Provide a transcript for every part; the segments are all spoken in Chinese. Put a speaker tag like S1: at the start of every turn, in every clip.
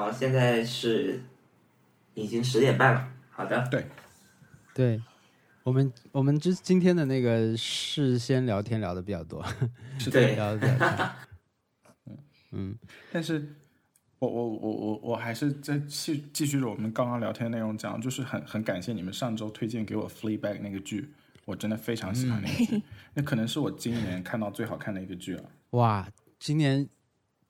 S1: 好，现在是已经十点半了。好的，
S2: 对，
S3: 对，我们我们之今天的那个事先聊天聊的比较多，
S2: 是的。
S1: 对
S3: 聊的比较多。嗯，
S2: 但是我我我我我还是在继继续着我们刚刚聊天的内容讲，就是很很感谢你们上周推荐给我《Fleabag》那个剧，我真的非常喜欢那个剧，那可能是我今年看到最好看的一个剧了。
S3: 哇，今年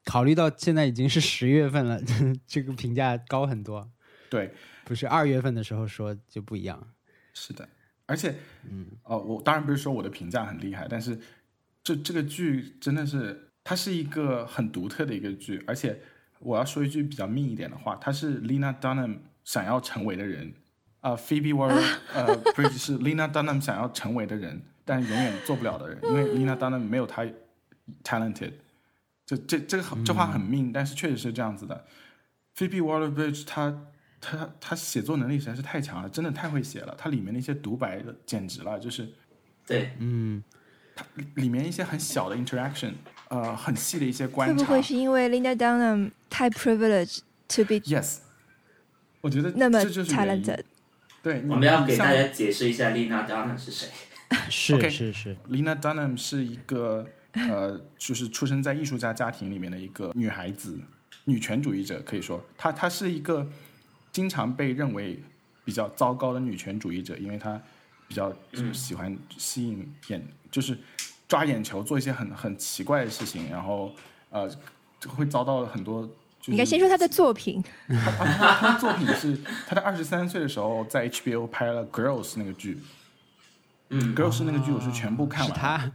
S3: 考虑到现在已经是十月份了， 这个评价高很多，
S2: 对，
S3: 不是二月份的时候说就不一样。
S2: 是的，而且，嗯，哦，我当然不是说我的评价很厉害，但是这这个剧真的是，它是一个很独特的一个剧，而且我要说一句比较密一点的话，它是 Lena Dunham 想要成为的人，啊、p h o e b e Waller，呃 b r i d g e 是 Lena Dunham 想要成为的人，但永远做不了的人，因为 Lena Dunham 没有她 talented。这这这个很这话很命，但是确实是这样子的。Phoebe Waller-Bridge 她他他写作能力实在是太强了，真的太会写了。他里面那些独白的简直了，就是
S1: 对，
S3: 嗯
S2: 里面一些很小的 interaction，呃，很细的一些
S4: 会
S2: 观
S4: 不
S2: 察。
S4: 会是因为 Linda Dunham 太 privileged to be
S2: yes，我觉得
S4: 那么
S2: 这就是原因
S4: talented？
S2: 对，你
S1: 我们要
S2: 你
S1: 给
S2: 嗯像
S1: 大家解释一下丽娜·当娜是谁。
S3: 是
S2: OK
S3: 是是，
S2: Lena Dunham 是一个呃，就是出生在艺术家家庭里面的一个女孩子，女权主义者可以说，她她是一个经常被认为比较糟糕的女权主义者，因为她比较喜欢吸引眼，就是抓眼球，做一些很很奇怪的事情，然后呃，就会遭到很多。就是
S4: 你应该先说他的作品，
S2: 他的作品是他在二十三岁的时候在 HBO 拍了《Girls》那个剧，
S1: 嗯
S2: ，Girls》那个剧我是全部看
S3: 是
S2: 完了。
S3: 他。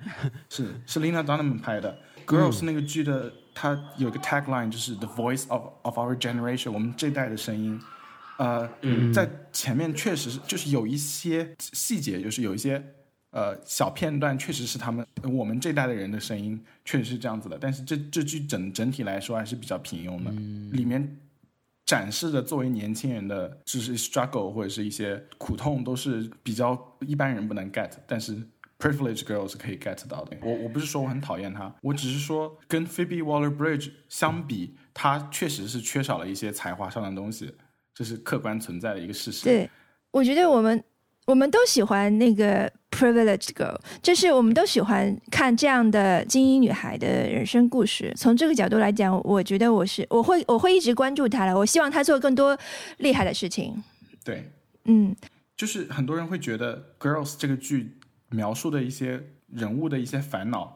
S2: 是是 Lena Dunham 拍的《Girls》那个剧的，它有一个 tagline 就是 “The voice of of our generation”，我们这一代的声音。呃，在前面确实是就是有一些细节，就是有一些呃小片段，确实是他们我们这代的人的声音，确实是这样子的。但是这这剧整整体来说还是比较平庸的，里面展示的作为年轻人的就是 struggle 或者是一些苦痛，都是比较一般人不能 get，但是 privileged girl 是可以 get 到的。我我不是说我很讨厌她，我只是说跟 Phoebe Waller-Bridge 相比，她确实是缺少了一些才华上的东西，这是客观存在的一个事实。
S4: 对，我觉得我们我们都喜欢那个 privileged girl，就是我们都喜欢看这样的精英女孩的人生故事。从这个角度来讲，我觉得我是我会我会一直关注她了。我希望她做更多厉害的事情。
S2: 对，
S4: 嗯，
S2: 就是很多人会觉得《Girls》这个剧描述的一些人物的一些烦恼，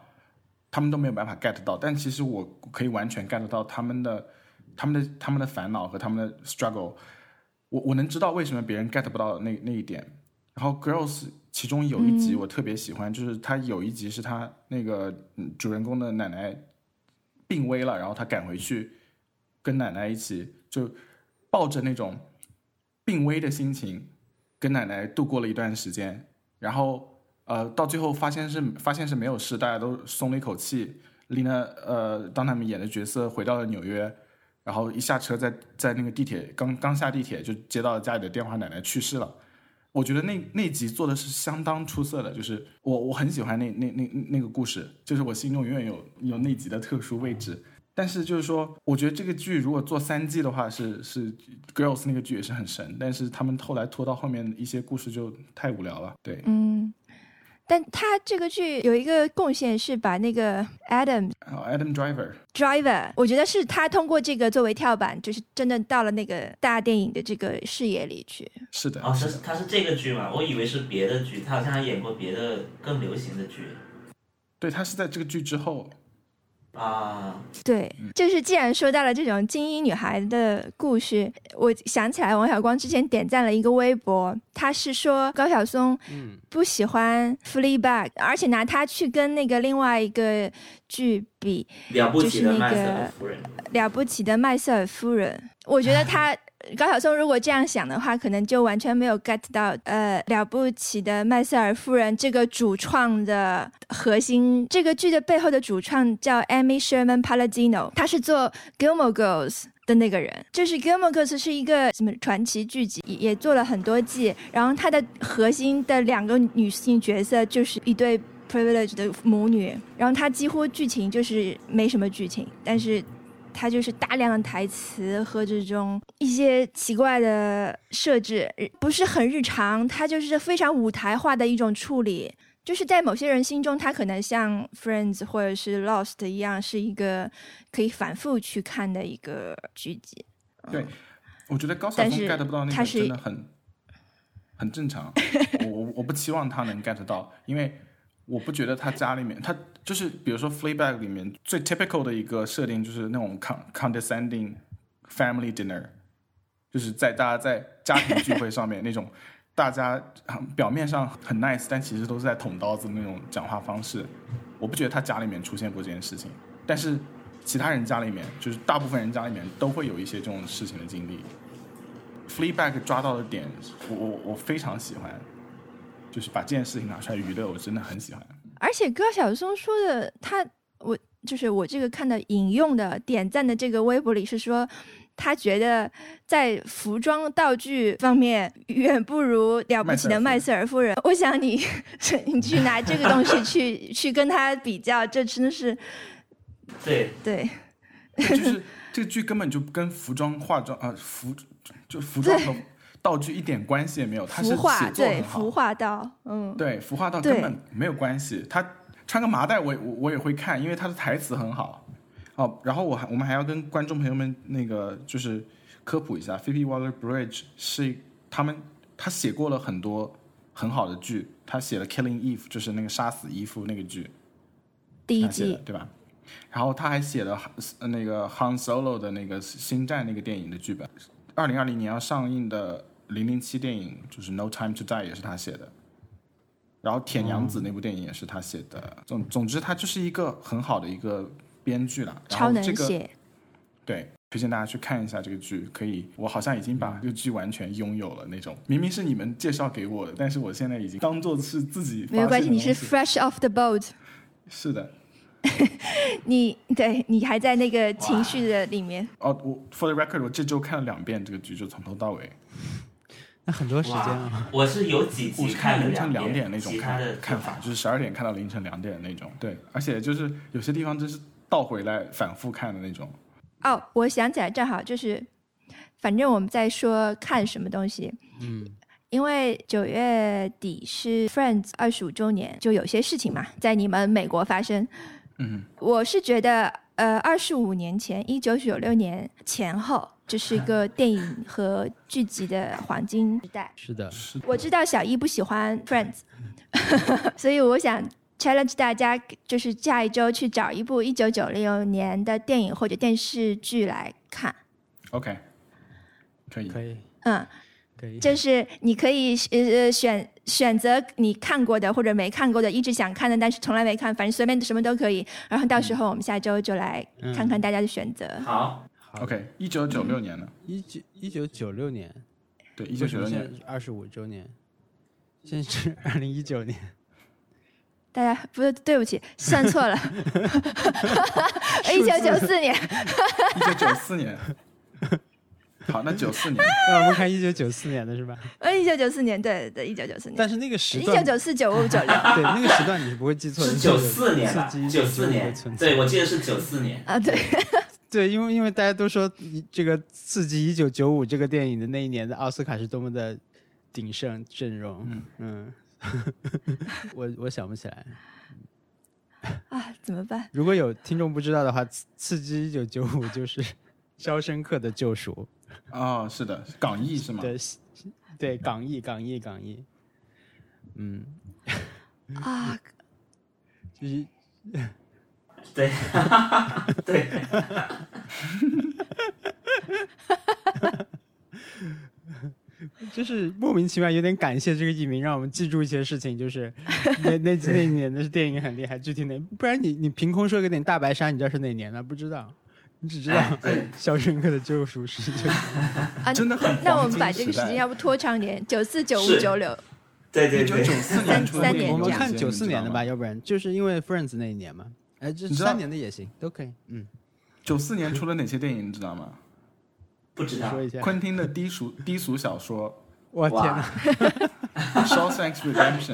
S2: 他们都没有办法 get 到，但其实我可以完全 get 到他们的、他们的、他们的烦恼和他们的 struggle。我我能知道为什么别人 get 不到那那一点。然后《Girls》其中有一集我特别喜欢，就是他有一集是他那个嗯主人公的奶奶病危了，然后他赶回去跟奶奶一起，就抱着那种病危的心情，跟奶奶度过了一段时间，然后呃，到最后发现是发现是没有事，大家都松了一口气。Lina 呃，当他们演的角色回到了纽约，然后一下车在在那个地铁刚刚下地铁就接到了家里的电话，奶奶去世了。我觉得那那集做的是相当出色的，就是我我很喜欢那那那那个故事，就是我心中永远有有那集的特殊位置。但是就是说，我觉得这个剧如果做三季的话是，是 Girls 那个剧也是很神，但是他们后来拖到后面一些故事就太无聊了。对、
S4: 嗯，但他这个剧有一个贡献是把那个 Adam
S2: 然后 a d a m Driver，
S4: Driver，我觉得是他通过这个作为跳板，就是真的到了那个大电影的这个视野里去。
S2: 是的，
S1: 哦，
S2: 是
S1: 是
S2: 的，
S1: 他是这个剧吗？我以为是别的剧，他好像还演过别的更流行的剧
S2: 对他是在这个剧之后，
S1: 啊。
S4: 对，就是既然说到了这种精英女孩的故事，我想起来王小光之前点赞了一个微博，他是说高晓松
S3: 嗯
S4: 不喜欢 Fleabag，而且拿他去跟那个另外一个剧比，
S1: 了不起的
S4: 就是那
S1: 麦
S4: 个
S1: 瑟尔夫人，
S4: 了不起的麦瑟尔夫人，我觉得他高晓松如果这样想的话，可能就完全没有 get 到呃了不起的麦瑟尔夫人这个主创的核心。这个剧的背后的主创叫 Amy Sherman Palladino，她是做 Gilmore Girls。的那个人，就是《Gilmore Girls》是一个什么传奇剧集，也也做了很多季。然后它的核心的两个女性角色就是一对 privilege 的母女，然后它几乎剧情就是没什么剧情，但是它就是大量的台词和这种一些奇怪的设置，不是很日常，它就是非常舞台化的一种处理。就是在某些人心中，它可能像 Friends 或者是 Lost 一样，是一个可以反复去看的一个剧集。嗯
S2: 对我觉得高晓松
S4: 但是
S2: get 不到那
S4: 他
S2: 个
S4: 是
S2: 真的很很正常。我我我不期望他能 get 到，因为我不觉得他家里面他就是比如说《Fleabag》里面最 typical 的一个设定就是那种 con condescending family dinner，就是在大家在家庭聚会上面那种大家嗯表面上很 nice，但其实都是在捅刀子的那种讲话方式。我不觉得他家里面出现过这件事情，但是其他人家里面，就是大部分人家里面都会有一些这种事情的经历。Fleabag 抓到的点，我我我非常喜欢，就是把这件事情拿出来娱乐，我真的很喜欢。
S4: 而且高晓松说的，他我就是我这个看到引用的点赞的这个微博里是说，他觉得在服装道具方面远不如了不起的麦
S2: 麦
S4: 瑟尔夫人。我想你 你去拿这个东西去 去跟他比较，这真的是
S1: 对，
S4: 对
S2: 就是 这个剧根本就跟服装、化妆啊、服就服装和道具一点关系也没有，它是
S4: 服化
S2: 写作
S4: 对
S2: 很好
S4: 服，化道，嗯，
S2: 对服化到
S4: 对
S2: 根本没有关系。他穿个麻袋我也，我我也会看，因为他的台词很好。哦，然后我还我们还要跟观众朋友们那个就是科普一下，Phoebe Waller-Bridge 是他们他写过了很多很好的剧，他写了《Killing Eve》，就是那个杀死伊芙那个剧，
S4: 第一
S2: 他写的
S4: 季
S2: 对吧？然后他还写了呃那个 Han Solo 的那个《星战》那个电影的剧本，二零二零年要上映的《零零七》电影就是《No Time to Die》也是他写的，然后《铁娘子》那部电影也是他写的。总总之，他就是一个很好的一个编剧了。然
S4: 超
S2: 后
S4: 能
S2: 这个
S4: 写，
S2: 对，推荐大家去看一下这个剧，可以，我好像已经把这个剧完全拥有了那种。明明是你们介绍给我的，但是我现在已经当做是自己发
S4: 没有关系，
S2: 现的
S4: 你是
S2: 东西
S4: fresh off the boat，
S2: 是的，
S4: 你对你还在那个情绪的里面。
S2: 哦，我 for the record，我这周看了两遍这个剧，就从头到尾。
S3: 那很多时间
S1: 哇
S3: 啊，，
S1: 我是有几
S2: 我
S1: 集
S2: 是看
S1: 了
S2: 凌晨两
S1: 遍
S2: 点那种
S1: 其他的
S2: 看看法，就是十二点看到凌晨两点那种。对，而且就是有些地方真是倒回来反复看的那种。
S4: 哦，我想起来，正好就是，反正我们在说看什么东西，
S3: 嗯，
S4: 因为九月底是 Friends 二十五周年，就有些事情嘛，在你们美国发生。
S2: 嗯，
S4: 我是觉得，呃，二十五年前，一九九六年前后，这是一个电影和剧集的黄金时代。
S3: 是的，
S2: 是
S4: 我知道小一不喜欢 Friends，所以我想 challenge 大家，就是下一周去找一部一九九六年的电影或者电视剧来看。
S2: OK，可以。
S3: 可以，
S4: 嗯，
S3: 可以，
S4: 就是你可以呃呃选选择你看过的或者没看过的，一直想看的但是从来没看，反正随便什么都可以。然后到时候我们下周就来看看大家的选择。
S1: 好，
S3: 嗯好
S2: OK，一九九六年的，
S3: 一九一九九六年，
S2: 对，一九九六年。
S3: 二十五周年，现在是二零一九年，
S4: 大家不是对不起，算错 了，哎一九九四年。
S2: 一九九四年。好，那九四年，
S3: 那我们看一九九四年的是吧？
S4: 呃，一九九四年，对对，一九九四年
S3: 但，是那个时
S4: 一
S3: 段
S4: 九，九四九五九六，
S3: 对那个时段你是不会记错的，
S1: 是
S3: 就
S1: 九四年吧
S3: 刺激？
S1: 九四
S3: 就会
S1: 年
S3: 存，在
S1: 对我记得是九四年。
S4: 啊，对，
S3: 对，因为因为大家都说一这个《刺激一九九五》这个电影的那一年的奥斯卡是多么的鼎盛阵容，嗯， 我我想不起来。
S4: 啊，怎么办？
S3: 如果有听众不知道的话，《刺刺激一九九五》就是《肖申克的救赎
S2: 哦，是的，港译是》吗？
S3: 的西，对港译港译港译，嗯，
S4: 啊，
S3: 就是
S1: 对，对，
S3: 就是莫名其妙有点感谢这个译名，让我们记住一些事情。 就是那那几那一年的是电影很厉害，具体哪？不然你你凭空说个点大白鲨，你知道是哪年呢？不知道，你只知道
S1: 哎对
S3: 《肖申克的救赎》是就
S4: 啊，
S2: 真的很
S4: 那
S2: 黄
S4: 我们把这
S2: 金
S4: 个
S2: 时
S4: 时
S2: 代
S4: 间要不拖长点，九四九五
S1: 是
S4: 九六，
S1: 对对
S2: 一九
S1: 对
S2: 九，四年出的
S4: 三
S2: 电影
S4: 年
S3: 我
S2: 有
S3: 们
S2: 哪
S3: 看
S2: 些
S3: 九四年的？
S2: 你
S3: 吧，
S2: 知道吗
S3: 要不然就是因为 Friends 那一年嘛。哎，这
S2: 你知道
S3: 三年的也行，都可以。嗯，
S2: 九四年出了哪些电影，你知道 吗？
S1: 不知
S3: 你
S1: 道
S3: 说一下。
S2: 昆汀的低俗低俗小说
S3: 我天
S1: 哇
S3: 哪！，
S2: 《Shawshank Redemption》，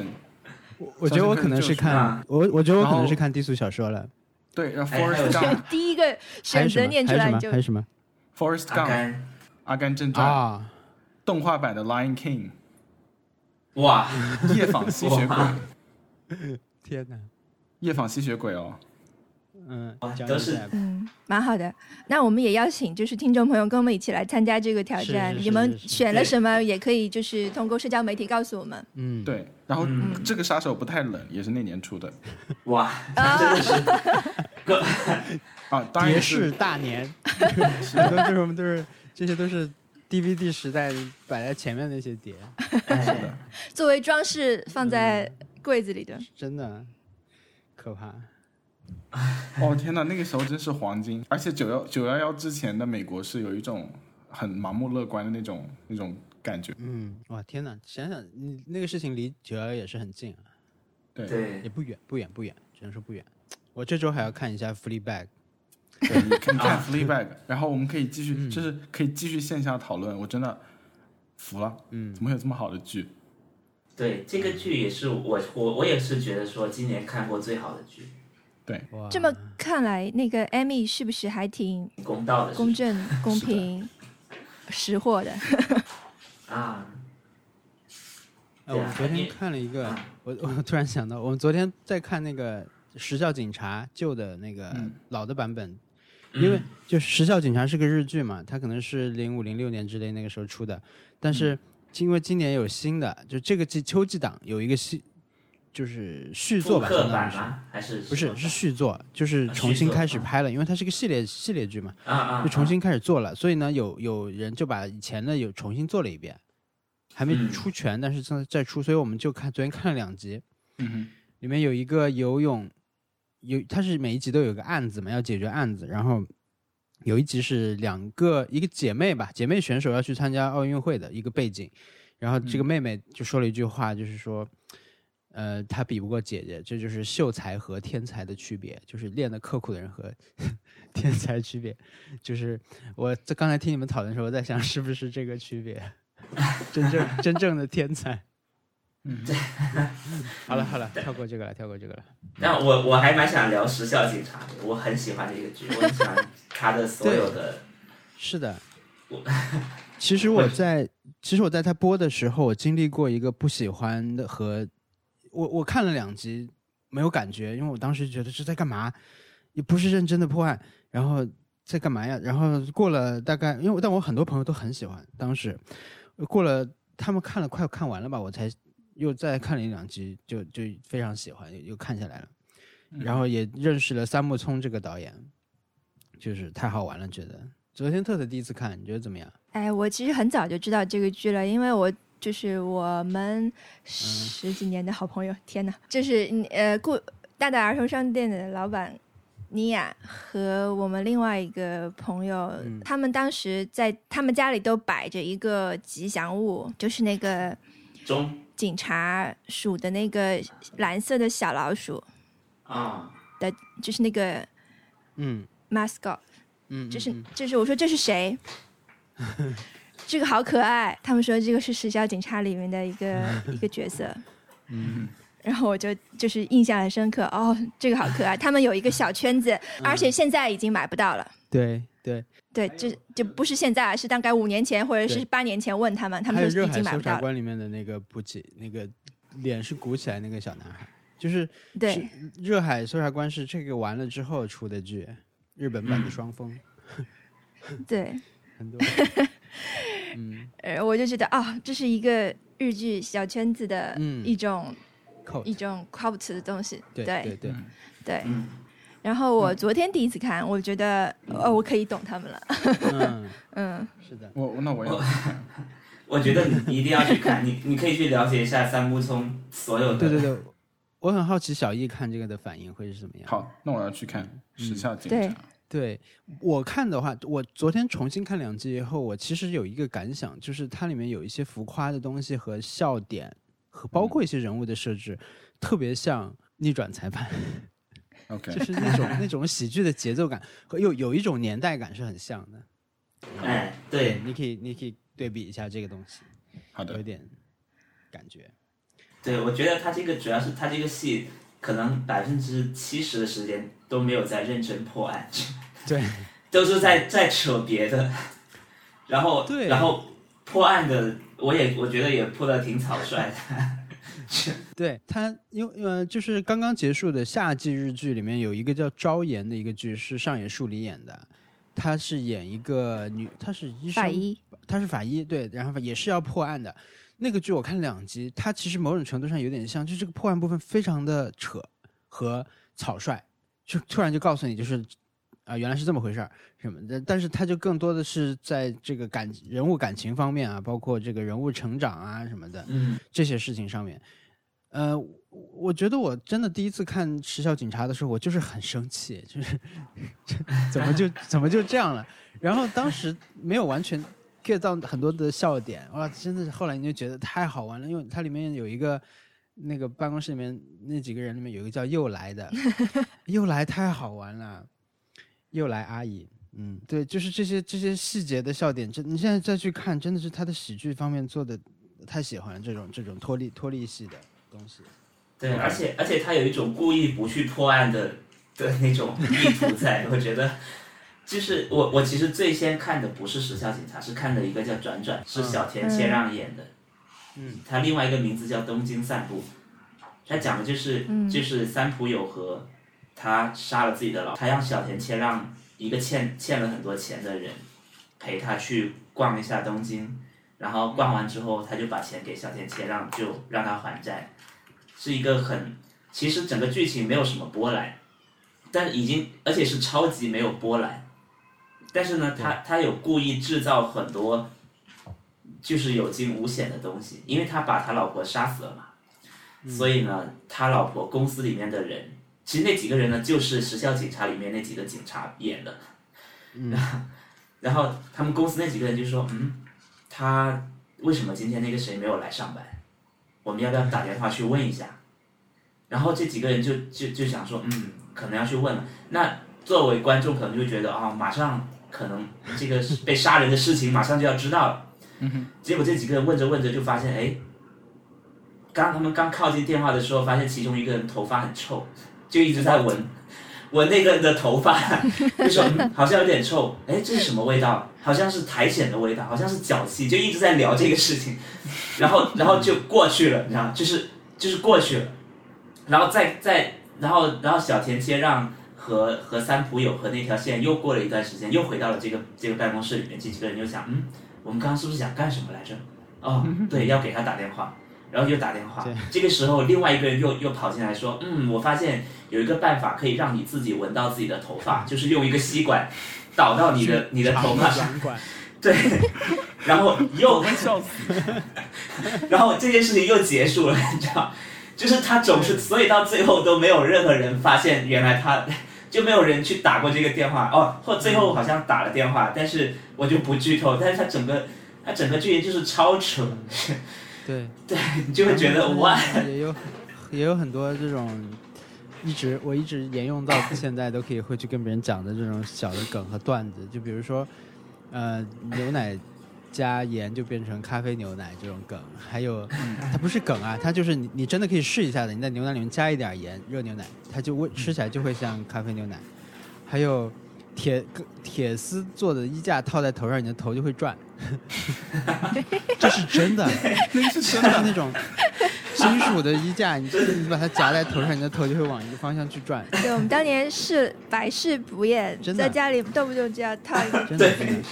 S3: 我我觉得我可能是
S2: 肖申克的救赎
S3: 看
S1: 啊
S3: 我我觉得我可
S2: 然
S3: 能
S2: 后
S3: 是看低俗小说了。
S2: 对，然后
S1: 哎还有
S2: Forest
S1: 还有
S2: Gump
S4: 第一个
S3: 还有
S4: 选
S3: 什
S4: 择
S3: 么？
S4: 念出
S3: 还有什
S4: 来
S3: 么
S4: 就
S3: 还有什么
S2: ，Forest
S1: 阿
S2: Gump，
S1: 甘，
S2: 阿甘正传，
S3: 啊？
S2: 动画版的 Lion King，
S1: 哇，
S2: 夜访吸血鬼，
S1: 哇
S3: 天哪！
S2: 夜访吸血鬼哦，
S3: 嗯
S1: 哇，
S3: 讲
S1: 都
S3: 一
S1: 是
S3: 下吧
S4: 嗯，蛮好的。那我们也邀请就是听众朋友跟我们一起来参加这个挑
S3: 是
S4: 战，
S3: 是
S4: 你
S3: 是
S4: 们
S3: 是是
S4: 选了
S1: 对
S4: 什么也可以就是通过社交媒体告诉我们。
S3: 嗯，
S2: 对，然后
S1: 嗯
S2: 这个杀手不太冷，也是那年出的
S1: 哇，
S4: 啊
S1: 真的是，
S2: 啊，当
S3: 蝶
S2: 然
S3: 式
S2: 是
S3: 大年，很多就是我们都是这些都是 DVD 时代摆在前面的一些碟，
S1: 哎，
S4: 作为装饰放在
S3: 嗯
S4: 柜子里的。
S3: 真的可怕。
S2: 哦天哪，那个时候真是黄金，而且九幺九幺幺之前的美国是有一种很盲目乐观的那种那种感觉，
S3: 嗯，哇，天哪！想想你那个事情离九幺幺也是很近啊，
S2: 对，
S1: 对
S3: 也，不远，不远，不远，只能说不远。我这周还要看一下《Fleabag》。
S2: 对，你 看看
S1: 啊
S2: Fleabag，然后我们可以继续，
S1: 嗯
S2: 就是可以继续线下讨论。我真的服了，
S3: 嗯
S2: 怎么会有这么好的剧？
S1: 对，这个剧也是我我我也是觉得说今年看过最好的剧，
S3: 哇，
S4: 这么看来，那个 Amy 是不是还挺
S1: 公道的是不
S4: 公
S1: 是
S4: 正、公平、识货的？
S1: 啊，
S3: 呃，我们昨天看了一个，我我突然想到，我们昨天在看那个《时效警察》旧的那个
S2: 嗯
S3: 老的版本，嗯因
S1: 嗯
S3: 为就《时效警察》是个日剧嘛，它可能是零五零六年之类那个时候出的，但
S1: 嗯
S3: 是因为今年有新的，就这个季秋季档有一个新，就是续作
S1: 复
S3: 吧，
S1: 刻
S3: 相当于
S1: 版
S3: 是。
S1: 吗？还是
S3: 不是，是续作，就是
S1: 啊
S3: 重新
S1: 续作
S3: 开始拍了，因为它是个系列系列剧嘛，
S1: 啊啊，
S3: 就重
S1: 啊
S3: 新开始做了。所以呢，有有人就把以前的有重新做了一遍，还没
S1: 嗯
S3: 出全，但是正在出，所以我们就看昨天看了两集，
S2: 嗯哼，
S3: 里面有一个游泳，有它是每一集都有个案子嘛，要解决案子，然后有一集是两个一个姐妹吧，姐妹选手要去参加奥运会的一个背景，然后这个妹妹就说了一句话，就是说。呃，她比不过姐姐，这就是秀才和天才的区别，就是练得刻苦的人和 天才区别，就是我在刚才听你们讨论的时候，我在想是不是这个区别，真正 真正的天才。
S2: 嗯，
S3: 好了好了，跳过这个了，跳过这个了。
S1: 但我我还蛮想聊《时效警察》的，我很喜欢这个剧，我很喜欢他的所有的，
S3: 是的
S1: 我，
S3: 其实我在其实我在他播的时候，我经历过一个不喜欢的和我我看了两集没有感觉，因为我当时觉得这在干嘛，也不是认真的破案，然后在干嘛呀？然后过了大概，因为我但我很多朋友都很喜欢，当时过了他们看了快看完了吧，我才又再看了一两集，就就非常喜欢，又又看下来了。然后也认识了三木聪这个导演，就是太好玩了，觉得。昨天特特第一次看，你觉得怎么样？
S4: 哎，我其实很早就知道这个剧了，因为我就是我们十几年的好朋友，天哪，就是嗯呃顾大大儿童商店的老板尼亚和我们另外一个朋友，
S3: 嗯
S4: 他们当时在他们家里都摆着一个吉祥物，就是那个
S1: 中
S4: 警察属的那个蓝色的小老鼠，
S1: 啊
S4: 就是那个
S3: 嗯
S4: mascot。
S3: 嗯，
S4: 这是
S3: 嗯
S4: 这是我说这是谁？ 这个好可爱。他们说这个是《时效警察》里面的一个 一个角色，
S3: 嗯
S4: 然后我就就是印象很深刻。哦，这个好可爱。他们有一个小圈子，
S3: 嗯
S4: 而且现在已经买不到了。
S3: 对对，
S4: 对，就就不是现在，是大概五年前或者是
S3: 对
S4: 八年前问他们，他
S3: 还
S4: 们
S3: 有
S4: 说
S3: 热
S4: 已
S3: 海
S4: 经买
S3: 搜
S4: 不到
S3: 查
S4: 了。
S3: 官里面的那个补给，那个脸是鼓起来那个小男孩，就是
S4: 对
S3: 是，热海搜查官是这个完了之后出的剧，日本版的双峰，
S4: 对，
S3: 很 多。嗯
S4: 呃，我就觉得哦，这是一个日剧小圈子的
S3: 嗯
S4: 一种、
S3: ，cult，
S4: 一种 cult 的东西。
S3: 对
S4: 对
S3: 对 对，
S4: 对
S1: 嗯
S4: 然后我昨天第一次看，我觉得呃、我可以懂他们了。
S3: 嗯，
S4: 嗯。
S3: 是的，
S2: 我 那我要
S1: 我觉得你一定要去看，你你可以去了解一下三木聪所有的，
S3: 对对对，我很好奇小易看这个的反应会是怎么样。嗯
S2: 好，那我要去看《时效警
S4: 对
S2: 察》。
S3: 对我看的话，我昨天重新看两集以后，我其实有一个感想，就是它里面有一些浮夸的东西和笑点，和包
S2: 嗯
S3: 括一些人物的设置，特别像《逆转裁判》，
S2: OK，
S3: 就是 那种那种喜剧的节奏感和有有一种年代感是很像的。
S1: 哎，对，
S3: 你可以你可以对比一下这个东西，
S2: 好
S3: 有
S2: 的
S3: 一，点感觉。
S1: 对，我觉得他这个主要是他这个戏可能百分之七十的时间都没有在认真破案，
S3: 对，
S1: 都是在在扯别的， 然后
S3: 对
S1: 然后破案的我也我觉得也破的挺草率的，
S3: 对他，因为呃，就是刚刚结束的夏季日剧里面有一个叫《昭妍》的一个剧，是上野树里演的，她是演一个女，她是医生，
S5: 法医，
S3: 她是法医，对，然后也是要破案的。那个剧我看两集，它其实某种程度上有点像，就这个破案部分非常的扯和草率，就突然就告诉你就是啊、原来是这么回事儿什么的。但是它就更多的是在这个感人物感情方面啊，包括这个人物成长啊什么的，
S1: 嗯，
S3: 这些事情上面，呃，我我觉得我真的第一次看《时效警察》的时候，我就是很生气，就是怎么就怎么就这样了？然后当时没有完全 get 到很多的笑点，哇，真的是后来你就觉得太好玩了，因为它里面有一个那个办公室里面那几个人里面有一个叫又来的，又来太好玩了，又来阿姨。嗯，对，就是这些这些细节的笑点，真你现在再去看，真的是他的喜剧方面做的太喜欢这种这种脱离脱离系的东西。
S1: 对，而且而且他有一种故意不去破案的 的那种意图在， 我觉得。就是我，我其实最先看的不是《时效警察》，是看的一个叫《转转》，是小田切让演的。
S3: 嗯，
S1: 他另外一个名字叫《东京散步》，他讲的就是、
S4: 嗯
S1: 就是三浦友和，他杀了自己的老，他让小田切让一个欠欠了很多钱的人陪他去逛一下东京，然后逛完之后他就把钱给小田切让，就让他还债，是一个很其实整个剧情没有什么波澜，但已经而且是超级没有波澜，但是呢，他他有故意制造很多。就是有惊无险的东西，因为他把他老婆杀死了嘛，所以呢，他老婆公司里面的人，其实那几个人呢，就是《时效警察》里面那几个警察演的，
S3: 嗯，
S1: 然后他们公司那几个人就说，嗯，他为什么今天那个谁没有来上班？我们要不要打电话去问一下？然后这几个人就就就想说，嗯，可能要去问了。那作为观众可能就觉得啊、马上可能这个被杀人的事情马上就要知道了。结果这几个人问着问着就发现，哎，刚他们刚靠近电话的时候，发现其中一个人头发很臭，就一直在闻 闻那个人的头发， 就说、嗯、好像有点臭，哎，这是什么味道？好像是苔藓的味道，好像是脚气，就一直在聊这个事情，然后然后就过去了，你知道吗，就是就是过去了，然后再再然后然后小田切让。和和三浦友和那条线又过了一段时间，又回到了这个这个办公室里面。这几个人就想，嗯，我们刚刚是不是想干什么来着？哦，对，要给他打电话，然后又打电话
S3: 对。
S1: 这个时候，另外一个人又又跑进来说，嗯，我发现有一个办法可以让你自己闻到自己的头发，就是用一个吸管导到你的你的头发 上。
S3: 长管，
S1: 对， 然后又
S2: 笑死！
S1: 然后这件事情又结束了，你知道，就是他总是，所以到最后都没有任何人发现原来他。就没有人去打过这个电话哦，或最后好像打了电话，但是我就不剧透。但是他整个，他整个剧情就是超扯，
S3: 对，
S1: 你就会觉得哇，
S3: 嗯也有也有很多这种一直我一直沿用到现在都可以会去跟别人讲的这种小的梗和段子，就比如说呃牛奶加盐就变成咖啡牛奶这种梗，还有它不是梗啊，它就是你你真的可以试一下的，你在牛奶里面加一点盐，热牛奶它就味吃起来就会像咖啡牛奶，还有。铁铁丝做的衣架套在头上，你的头就会转， 这是真的。
S2: 那是真
S3: 就是
S2: 的，
S3: 那种金属的衣架，你你把它夹在头上，你的头就会往一个方向去转，
S4: 对，我们当年是百试不厌，
S3: 真的
S4: 在家里动不动就要套一个。
S3: 真的
S1: 对
S3: 真的。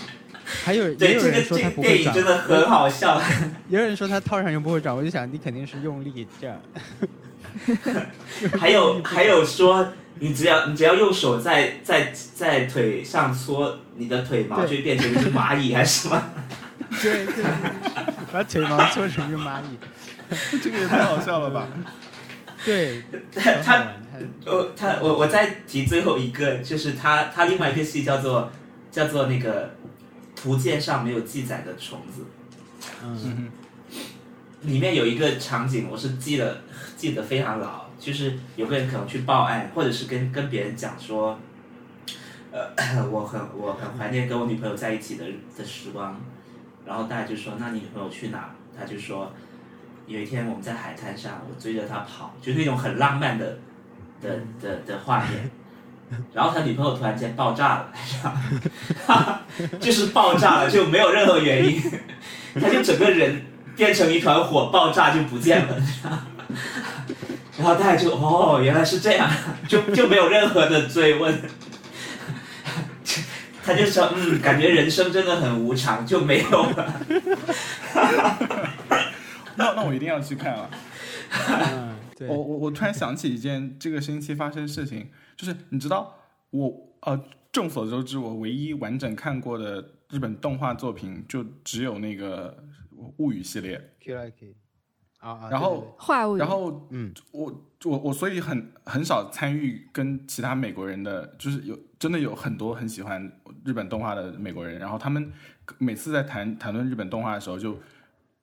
S3: 还有也
S1: 对
S3: 有
S1: 这
S3: 人
S1: 个
S3: 说它
S1: 这
S3: 不
S1: 个
S3: 会
S1: 电
S3: 长嗯
S1: 影，真的很好笑。
S3: 也有人说它套上又不会长，我就想你肯定是用力这 样。
S1: 还有还有说，你只要你只要用手在在在腿上搓，你的腿毛
S3: 对
S1: 就变成一只蚂蚁还是什 么？
S3: 对对对，对 把腿毛搓成一个蚂蚁。
S2: 这个也太好笑了吧？
S3: 对，很 好
S1: 他
S3: 玩。
S1: 我
S3: 它
S1: 呃他我我再提最后一个，就是他他另外一个戏叫做叫做那个图鉴上没有记载的虫子，
S3: 嗯，
S1: 里面有一个场景我是记得记得非常牢，就是有个人可能去报案，或者是跟跟别人讲说，呃， 我很我很怀念跟我女朋友在一起的的时光，然后大家就说那你女朋友去哪？他就说有一天我们在海滩上，我追着她跑，就那种很浪漫的的的的画面，然后他女朋友突然间爆炸了， 就是爆炸了，就没有任何原因， 他就整个人变成一团火，爆炸就不见了。然后大家就哦，原来是这样，就就没有任何的追问。他就说，嗯，感觉人生真的很无常，就没有了。
S2: 那那我一定要去看了。
S3: 嗯，对
S2: 我，我我突然想起一件这个星期发生的事情，就是你知道我呃，众所周知，我唯一完整看过的日本动画作品就只有那个《物语》系列，
S3: Q l i k 啊啊，
S2: 然后
S3: 对对对
S4: 话务
S2: 然后
S3: 嗯，
S2: 我我我所以很很少参与跟其他美国人的，就是有真的有很多很喜欢日本动画的美国人，然后他们每次在谈谈论日本动画的时候就，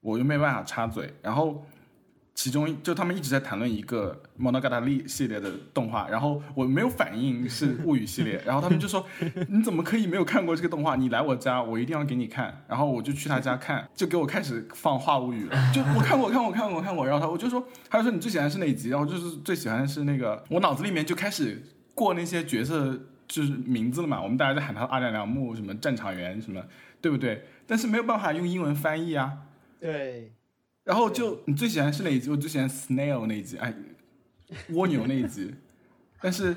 S2: 我又没办法插嘴，然后其中一就他们一直在谈论一个 Monogatari 系列的动画，然后我没有反应是物语系列，然后他们就说你怎么可以没有看过这个动画？你来我家，我一定要给你看。然后我就去他家看，就给我开始放话物语了，就我看过，我看过，我看过，我看过。然后他我就说，他就说你最喜欢是哪一集？然后就是最喜欢的是那个，我脑子里面就开始过那些角色就是名字了嘛，我们大家在喊他阿良良木什么战场员什么，对不对？但是没有办法用英文翻译啊。
S3: 对，
S2: 然后就你最喜欢是哪一集？我最喜欢 snail 那一集，哎，蜗牛那一集。 但是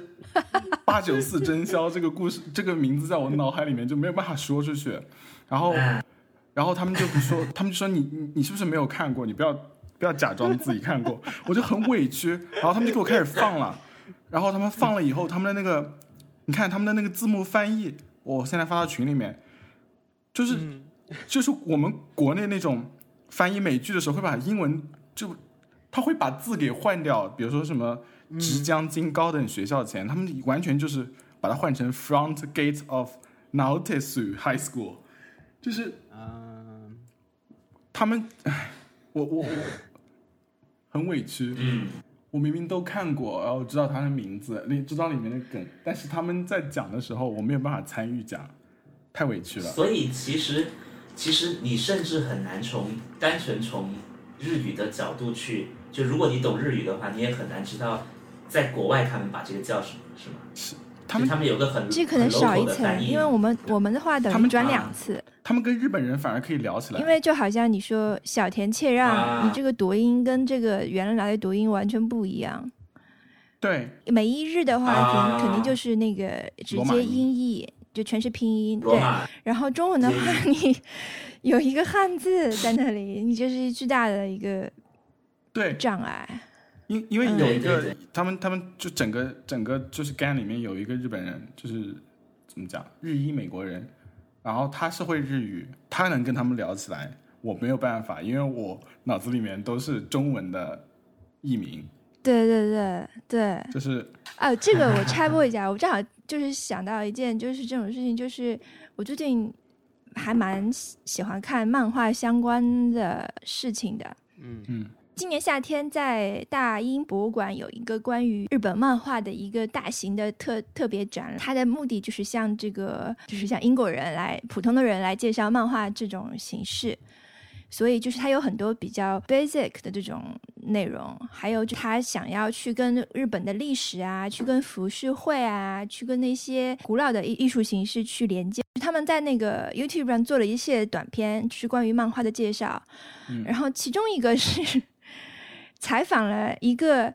S2: 八九四真宵这个故事，这个名字在我脑海里面就没有办法说出去。然后，然后他们就不说， 他们就说你你你是不是没有看过？你不要不要假装自己看过。我就很委屈。然后他们就给我开始放了，然后他们放了以后，他们的那个，你看他们的那个字幕翻译，我现在发到群里面，就是
S3: 嗯
S2: 就是我们国内那种翻译美剧的时候，会把英文就他会把字给换掉，比如说什么直江经高等学校前，他们完全就是把它换成 Front Gate of Naotesu High School，就是
S3: 嗯，
S2: 他们，唉，我我我很委屈，
S1: 嗯，
S2: 我明明都看过，然后知道他的名字，你知道里面的梗，但是他们在讲的时候，我没有办法参与讲，太委屈了。
S1: 所以其实其实你甚至很难从单纯从日语的角度去，就如果你懂日语的话，你也很难知道在国外他们把这个叫什么，是吗？
S2: 他
S1: 就
S2: 们
S1: 他们有个很
S4: 这可能
S1: 很
S4: 少
S1: local
S4: 一
S1: 的
S4: 层，
S1: 翻译
S4: 因为我们我们的话
S2: 他
S4: 等于
S2: 们
S4: 转
S1: 啊
S4: 两次，
S2: 他们跟日本人反而可以聊起来，
S4: 因为就好像你说小田切让，
S1: 啊
S4: 你这个读音跟这个原来的读音完全不一样。
S2: 对
S4: 每一日的话，
S1: 啊
S4: 肯肯定就是那个直
S2: 罗马
S4: 接
S2: 音
S4: 音译，就全是拼音。
S1: 罗
S4: 对，
S1: 马
S4: 然后中文的话
S1: 直，
S4: 你有一个汉字在那里，你就是巨大的一个
S2: 对，
S4: 障碍。
S2: 因因为
S4: 嗯
S2: 有一
S1: 对
S2: 个
S1: 对
S2: 他们他们就整个整个就是干里面有一个日本人，就是怎么讲日裔美国人，然后他是会日语，他能跟他们聊起来，我没有办法，因为我脑子里面都是中文的译名，
S4: 对对对对，
S2: 就是
S4: 哦，这个我插播一下，我正好就是想到一件，就是这种事情，就是我最近还蛮喜喜欢看漫画相关的事情的。
S3: 嗯
S2: 嗯
S4: 今年夏天在大英博物馆有一个关于日本漫画的一个大型的特特别展，它的目的就是向这个就是向英国人来普通的人来介绍漫画这种形式。所以就是它有很多比较 basic 的这种内容，还有就他想要去跟日本的历史啊，去跟浮世绘啊，去跟那些古老的艺艺术形式去连接。他们在那个 YouTube 上做了一系列短片，就是关于漫画的介绍，
S2: 嗯
S4: 然后其中一个是采访了一个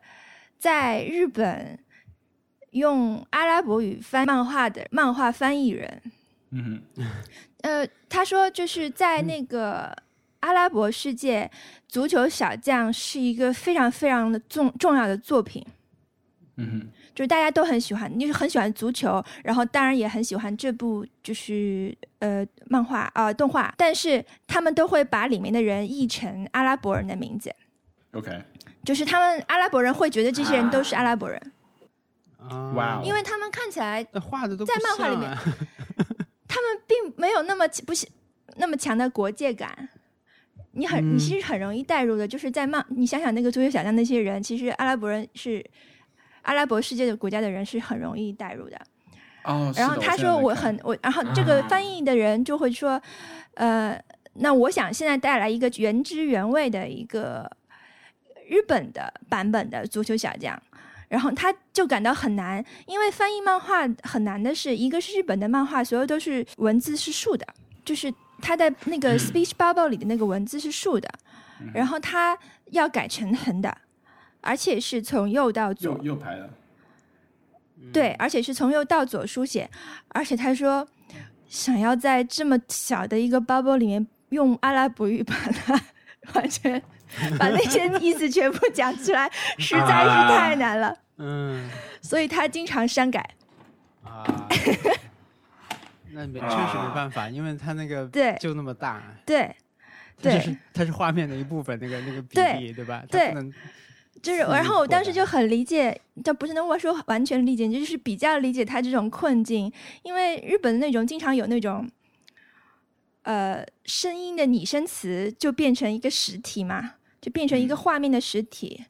S4: 在日本用阿拉伯语翻漫画的漫画翻译人。
S2: 嗯哼
S4: 呃，他说就是在那个阿拉伯世界，足球小将是一个非常非常的重重要的作品，
S2: 嗯哼
S4: 就是大家都很喜欢，就是很喜欢足球，然后当然也很喜欢这部就是呃漫画啊、呃动画，但是他们都会把里面的人译成阿拉伯人的名字，
S2: ，OK，
S4: 就是他们阿拉伯人会觉得这些人都是阿拉伯人，
S3: 啊
S2: 哇哦
S4: 因为他们看起来
S3: 那画的都
S4: 在
S3: 不
S4: 漫画里
S3: 像
S4: 面
S3: 啊
S4: 他们并没有那么不是那么强的国界感。你很，
S3: 嗯
S4: 你其实很容易带入的，就是在漫，你想想那个足球小将那些人，其实阿拉伯人是阿拉伯世界的国家的人是很容易带入的。
S2: 哦，是
S4: 然后
S2: 的
S4: 他
S2: 现在
S4: 说
S2: 在
S4: 我
S2: 看
S4: 很我，然后这个
S1: 啊
S4: 翻译的人就会说，呃，那我想现在带来一个原汁原味的一个日本的版本的足球小将，然后他就感到很难，因为翻译漫画很难的是，一个是日本的漫画，所有都是文字是竖的，就是他在那
S2: 嗯
S4: 个 speech bubble 里的那个文字是竖的，然后他要改成横的，而且是从右到左
S2: 右，右排的，
S4: 对，而且是从右到左书写，而且他说想要在这么小的一个 bubble 里面用阿拉伯语把它完全把那些意思全部讲出来，实在是太难了，
S3: 嗯
S4: 所以他经常删改。
S3: 啊，那没确实没办法，因为它那个
S4: 对
S3: 就那么大，
S4: 对，
S3: 它就
S4: 哎对
S3: 是它是画面的一部分，那个那个比
S4: 对
S3: 例对吧？它
S4: 对
S3: 不能
S4: 就是，
S3: 嗯
S4: 然后我
S3: 对的
S4: 当时就很理解，但不是能说完全理解，就是比较理解他这种困境，因为日本的那种经常有那种，呃，声音的拟声词就变成一个实体嘛，就变成一个画面的实体，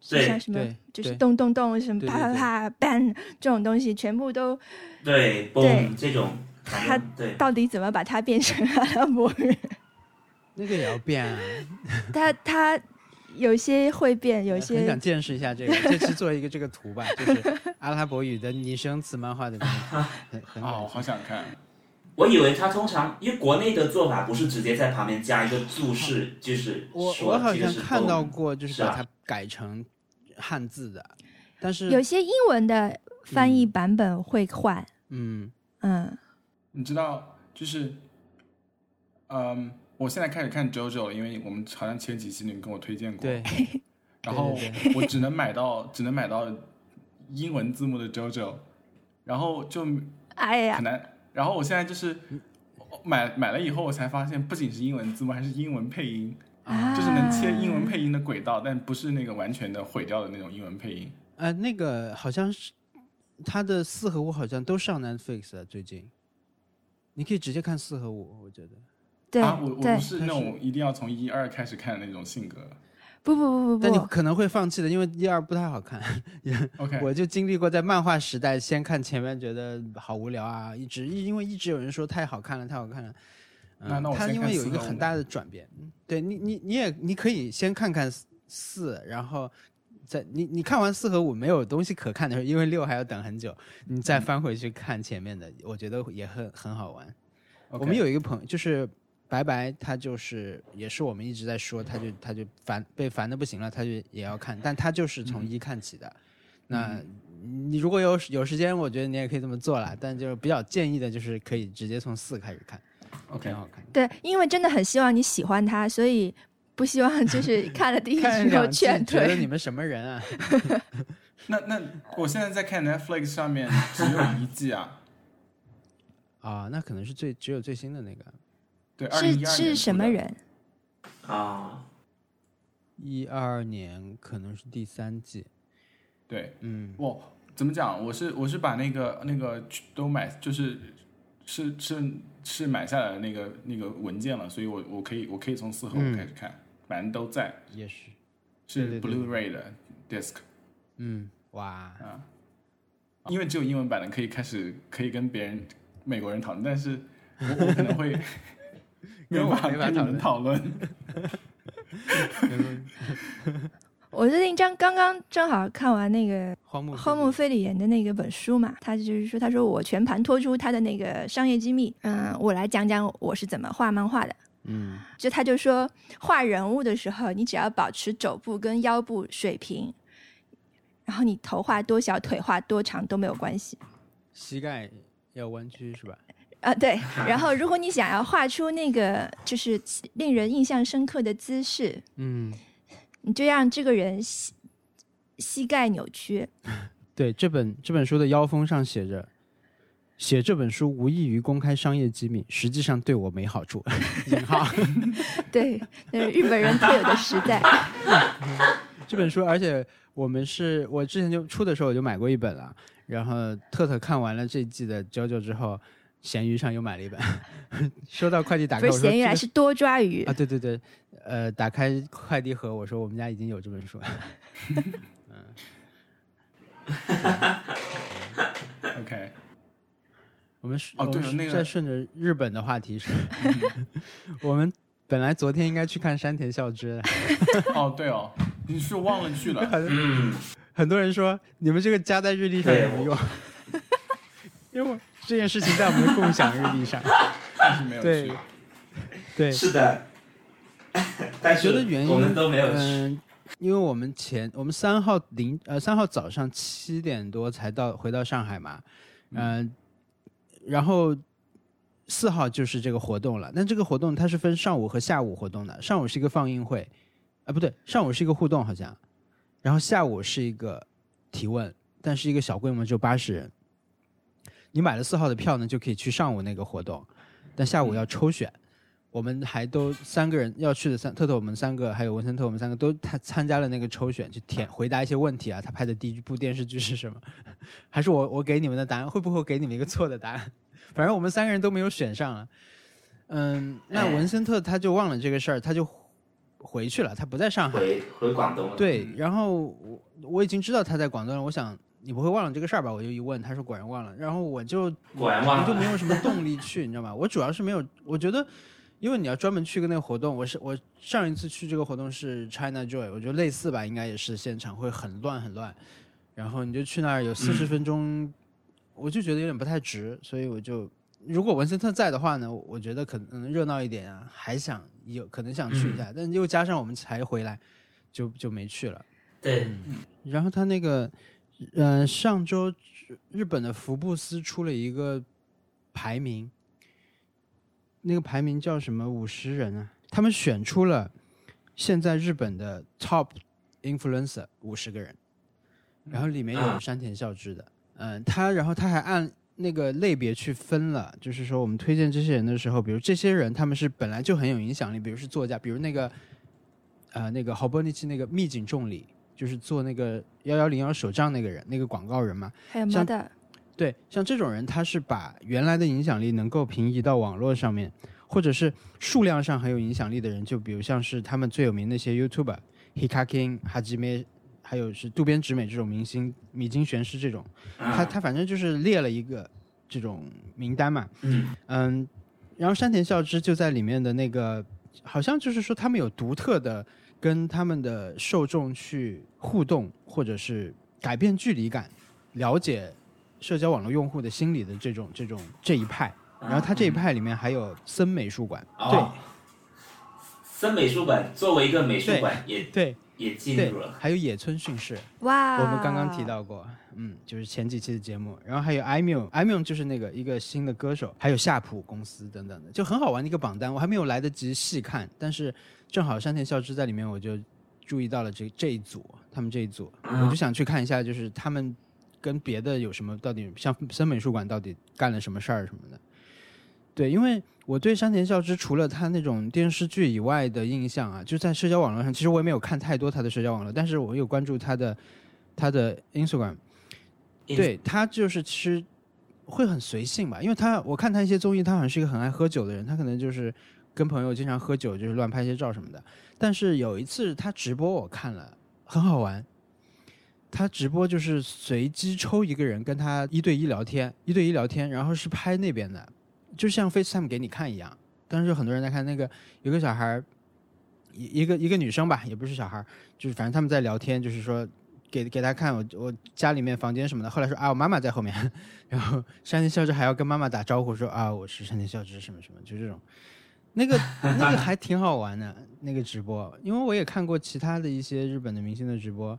S4: 就
S1: 对
S4: 像什么
S3: 嗯对
S4: 就是
S3: 对
S4: 咚咚咚，什么
S3: 对
S4: 啪
S3: 对
S4: 啪啪 bang 这种东西，全部都
S1: 对，
S4: 对
S1: 嘣，这种，反正对，
S4: 到底怎么把它变成阿拉伯语？
S3: 那个也要变啊。
S4: 它它有些会变，有
S3: 呃很
S4: 些
S3: 想见识一下这个，这次做一个这个图吧，就是 阿拉伯语的拟声词漫画的 那个很很
S1: 哦
S2: 啊，我
S3: 好。
S2: 好想看。
S1: 我以为他通常，因为国内的做法不是直接在旁边加一个注释，就是
S3: 嗯我
S1: 说
S3: 我好
S1: 这个
S3: 像
S1: 是
S3: 看到
S1: 嘣，
S3: 过，就是
S1: 是啊
S3: 把
S1: 吧
S3: 它改成汉字的，但
S4: 有
S3: 是
S4: 些英文的翻译版本会换，
S3: 嗯
S4: 嗯
S2: 你知道，就是，嗯，我现在开始看 JoJo，了因为我们好像前几期你们跟我推荐过，
S3: 对，
S2: 然后
S3: 对
S2: 我只能买到只能买到英文字幕的 JoJo，然后就很
S4: 哎呀，
S2: 难，然后我现在就是买买了以后，我才发现不仅是英文字幕，还是英文配音，
S4: 啊
S2: 就是能切英文配音的轨道，但不是那个完全的毁掉的那种英文配音。
S3: 呃，那个好像是它的四和五好像都上 Netflix 了，最近你可以直接看四和五，我觉得
S4: 对、
S2: 啊，我我
S4: 对
S2: 不，是那种一定要从一二开始看的那种性格。
S4: 不不不
S3: 但你
S4: 不不，
S3: 可能会放弃的，因为一二不太好看。
S2: OK，
S3: 我就经历过在漫画时代，先看前面觉得好无聊啊，一直因为一直有人说太好看了，太好看了。嗯
S2: 那那我
S3: 它
S2: 先
S3: 因
S2: 看
S3: 为有
S2: 四
S3: 一个
S2: 和
S3: 很
S2: 五
S3: 大的转变，嗯对你你你也你可以先看看四四，然后再你你看完四和五没有东西可看的时候，因为六还要等很久，你
S2: 嗯
S3: 再翻回去看前面的，我觉得也很很好玩。我们有一个朋友，就是白白，他就是也是我们一直在说，他就他就烦被烦的不行了，他就也要看，但他就是
S2: 嗯
S3: 从一看起的。那你如果有有时间，我觉得你也可以这么做啦，但就是比较建议的就是可以直接从四开始看，
S2: OK
S3: 挺好看的。
S4: 对，因为真的很希望你喜欢他，所以不希望就是 看了第一
S3: 看
S4: 集就
S3: 两季
S4: 劝
S3: 觉得
S4: 退。
S3: 你们什么人啊？
S2: 那那我现在在看 Netflix 上面只有一季啊，
S3: 啊，那可能是最只有最新的那个
S2: 对，二零一
S4: 是
S2: 二
S4: 是什么？人？
S1: 啊，
S3: 一二年，可能是第三季。
S2: 对，
S3: 嗯，
S2: 我怎么讲？我是我是把那个那个都买，就是是是是买下来的那个那个文件了，所以我我可以我可以从四和五开始看，反正都在，
S3: 也是。对对
S2: 是
S3: 嗯对
S2: Blu-ray 的 disc
S3: 嗯，哇，
S2: 啊，因为只有英文版的可以开始可以跟别人美国人讨论，但是我我可能 会没有办法
S3: 没法
S2: 跟你们讨论。
S4: 我最近刚刚刚正好看完那个
S3: 荒木
S4: 荒
S3: 飞
S4: 木
S3: 吕
S4: 飞吕彦的那个本书嘛，他就是说，他说我全盘托出他的那个商业机密，嗯，我来讲讲我是怎么画漫画的。
S3: 嗯
S4: 就他就说画人物的时候，你只要保持肘部跟腰部水平，然后你头画多小，腿画多长都没有关系。
S3: 膝盖要弯曲是吧？
S4: 啊，对。然后，如果你想要画出那个就是令人印象深刻的姿势，
S3: 嗯，
S4: 你就让这个人膝膝盖扭曲。
S3: 对，这本这本书的腰封上写着。写这本书无异于公开商业机密，实际上对我没好处。引号。
S4: 对，那是日本人特有的实在。
S3: 这本书，而且我们是我之前就出的时候我就买过一本了，然后特特看完了这一季的《JoJo 之后，闲鱼上又买了一本。 收到快递打
S4: 不
S3: 开，
S4: 是
S3: 我说
S4: 咸鱼
S3: 这
S4: 来
S3: 个
S4: 是多抓鱼
S3: 啊，。对对对，呃，打开快递盒，我说我们家已经有这本书了。
S2: OK，
S3: 我们是
S2: 哦
S3: 我
S2: 对
S3: 们
S2: 了那
S3: 是
S2: 个
S3: 再顺着日本的话题说， 我们本来昨天应该去看山田孝之的，
S2: 哦对哦，你是忘了去了。
S1: 嗯，
S3: 很多人说你们这个加在日历上
S1: 对
S3: 有没有用？ 因为我这件事情在我们的共享日历上。
S2: 但是没有
S3: 对
S2: 去。
S3: 对，
S1: 是的， 但是
S3: 觉得原因
S1: 我们都没有去。
S3: 嗯、因为我们前我们三号零呃三号早上七点多才到回到上海嘛，嗯、然后四号就是这个活动了。那这个活动它是分上午和下午活动的，上午是一个放映会，啊不对，上午是一个互动好像，然后下午是一个提问，但是一个小规模就八十人。你买了四号的票呢，就可以去上午那个活动，但下午要抽选。我们还都三个人要去的三特特我们三个，还有文森特我们三个都参参加了那个抽选，去填回答一些问题啊。他拍的第一部电视剧是什么？ 还是我我给你们的答案？会不会我给你们一个错的答案？ 反正我们三个人都没有选上了。嗯，那文森特他就忘了这个事儿，他就回去了，他不在上海。
S1: 回回广东了，嗯
S3: 对，然后我我已经知道他在广东了，我想你不会忘了这个事儿吧？我就一问，他说果然忘了，然后我就
S1: 果然忘
S3: 我就
S1: 了。
S3: 没有什么动力去，你知道吗？我主要是没有，我觉得，因为你要专门去个那个活动，我是我上一次去这个活动是 China Joy，我觉得类似吧，应该也是现场会很乱很乱，然后你就去那儿有四十分钟，我就觉得有点不太值，所以我就如果文森特在的话呢，我觉得可能热闹一点啊，还想有可能想去一下，
S1: 嗯
S3: 但又加上我们才回来，就就没去了。
S1: 对，
S3: 嗯然后他那个，呃，上周日日本的福布斯出了一个排名，那个排名叫什么五十人啊？他们选出了现在日本的 top influencer 五十个人，然后里面有
S1: 啊
S3: 山田孝之的，嗯、他然后他还按那个类别去分了，就是说我们推荐这些人的时候，比如这些人他们是本来就很有影响力，比如是作家，比如那个，呃，那个好波尼奇那个密井重里，就是做那个幺幺零幺手账那个人，那个广告人嘛，
S4: 还有 model，
S3: 对，像这种人，他是把原来的影响力能够平移到网络上面，或者是数量上很有影响力的人，就比如像是他们最有名的一些 YouTuber Hikakin、哈基梅，还有是渡边直美这种明星，米津玄师这种，他
S1: 嗯
S3: 他反正就是列了一个这种名单嘛，
S1: 嗯
S3: 嗯，然后山田孝之就在里面的那个，好像就是说他们有独特的跟他们的受众去互动，或者是改变距离感，了解社交网络用户的心理的这种这种这一派。然后他这一派里面还有森美术馆，
S1: 啊哦，森美术馆作为一个美术
S3: 对
S1: 馆也
S3: 对
S1: 也进
S3: 对
S1: 入了，
S3: 还有野村训士，
S4: 哇，
S3: 我们刚刚提，到过，嗯，就是前几期的节目，然后还有 IMU，IMU 就是那个一个新的歌手，还有夏普公司等等的，就很好玩的一个榜单，我还没有来得及细看，但是正好山田孝之在里面，我就注意到了这这一组，他们这一组，我就想去看一下，就是他们跟别的有什么到底，像森美术馆到底干了什么事儿什么的。对，因为我对山田孝之除了他那种电视剧以外的印象啊，就在社交网络上，其实我也没有看太多他的社交网络，但是我有关注他的他的 Instagram，
S1: Ins-
S3: 对他就是其实会很随性吧，因为他我看他一些综艺，他好像是一个很爱喝酒的人，他可能就是跟朋友经常喝酒，就是乱拍一些照什么的。但是有一次他直播我看了，很好玩。他直播就是随机抽一个人跟他一对一聊天，一对一聊天，然后是拍那边的，就像 FaceTime 给你看一样。当时很多人在看那个，有个小孩儿，一一个一个女生吧，也不是小孩儿，就是反正他们在聊天，就是说给给他看我我家里面房间什么的。后来说啊，我妈妈在后面， 然后山田孝之还要跟妈妈打招呼说啊，我是山田孝之什么什么，就这种。那个那个还挺好玩的，那个直播，因为我也看过其他的一些日本的明星的直播，